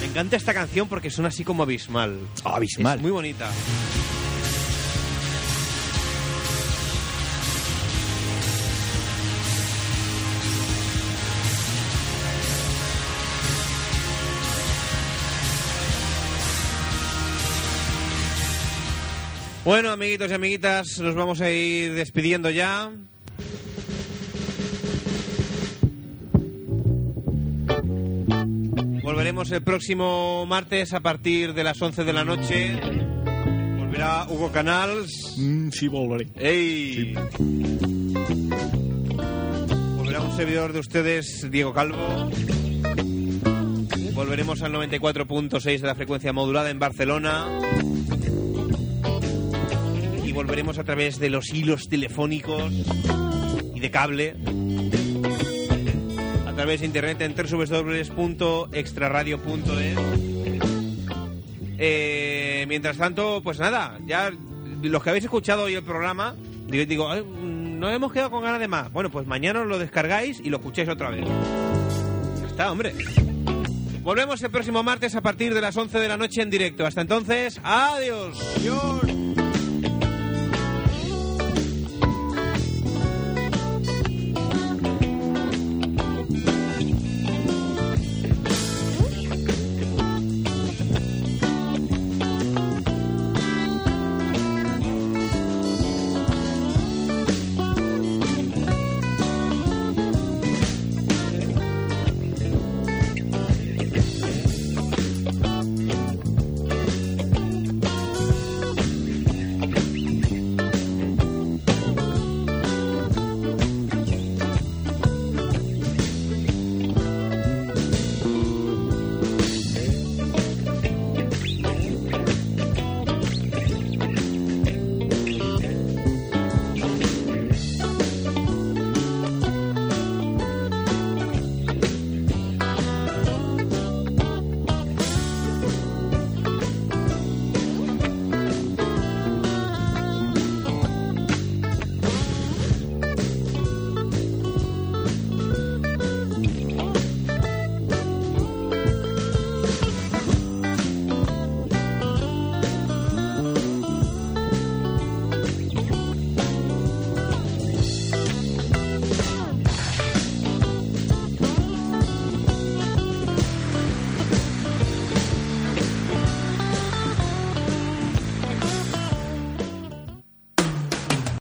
Me encanta esta canción porque suena así como abismal.
abismal.
Es muy bonita. Bueno, amiguitos y amiguitas, nos vamos a ir despidiendo ya. Volveremos el próximo martes a partir de las 11 de la noche. Volverá Hugo Canals.
Mm, sí, volveré.
¡Ey! Volverá un servidor de ustedes, Diego Calvo. Volveremos al 94.6 de la frecuencia modulada en Barcelona. Y volveremos a través de los hilos telefónicos y de cable. A través de internet en www.extraradio.es. Eh, mientras tanto, pues nada, ya los que habéis escuchado hoy el programa, digo, digo "Ay, mm, nos hemos quedado con ganas de más. Bueno, pues mañana os lo descargáis y lo escucháis otra vez. Ya está, hombre. Volvemos el próximo martes a partir de las 11 de la noche en directo. Hasta entonces, adiós.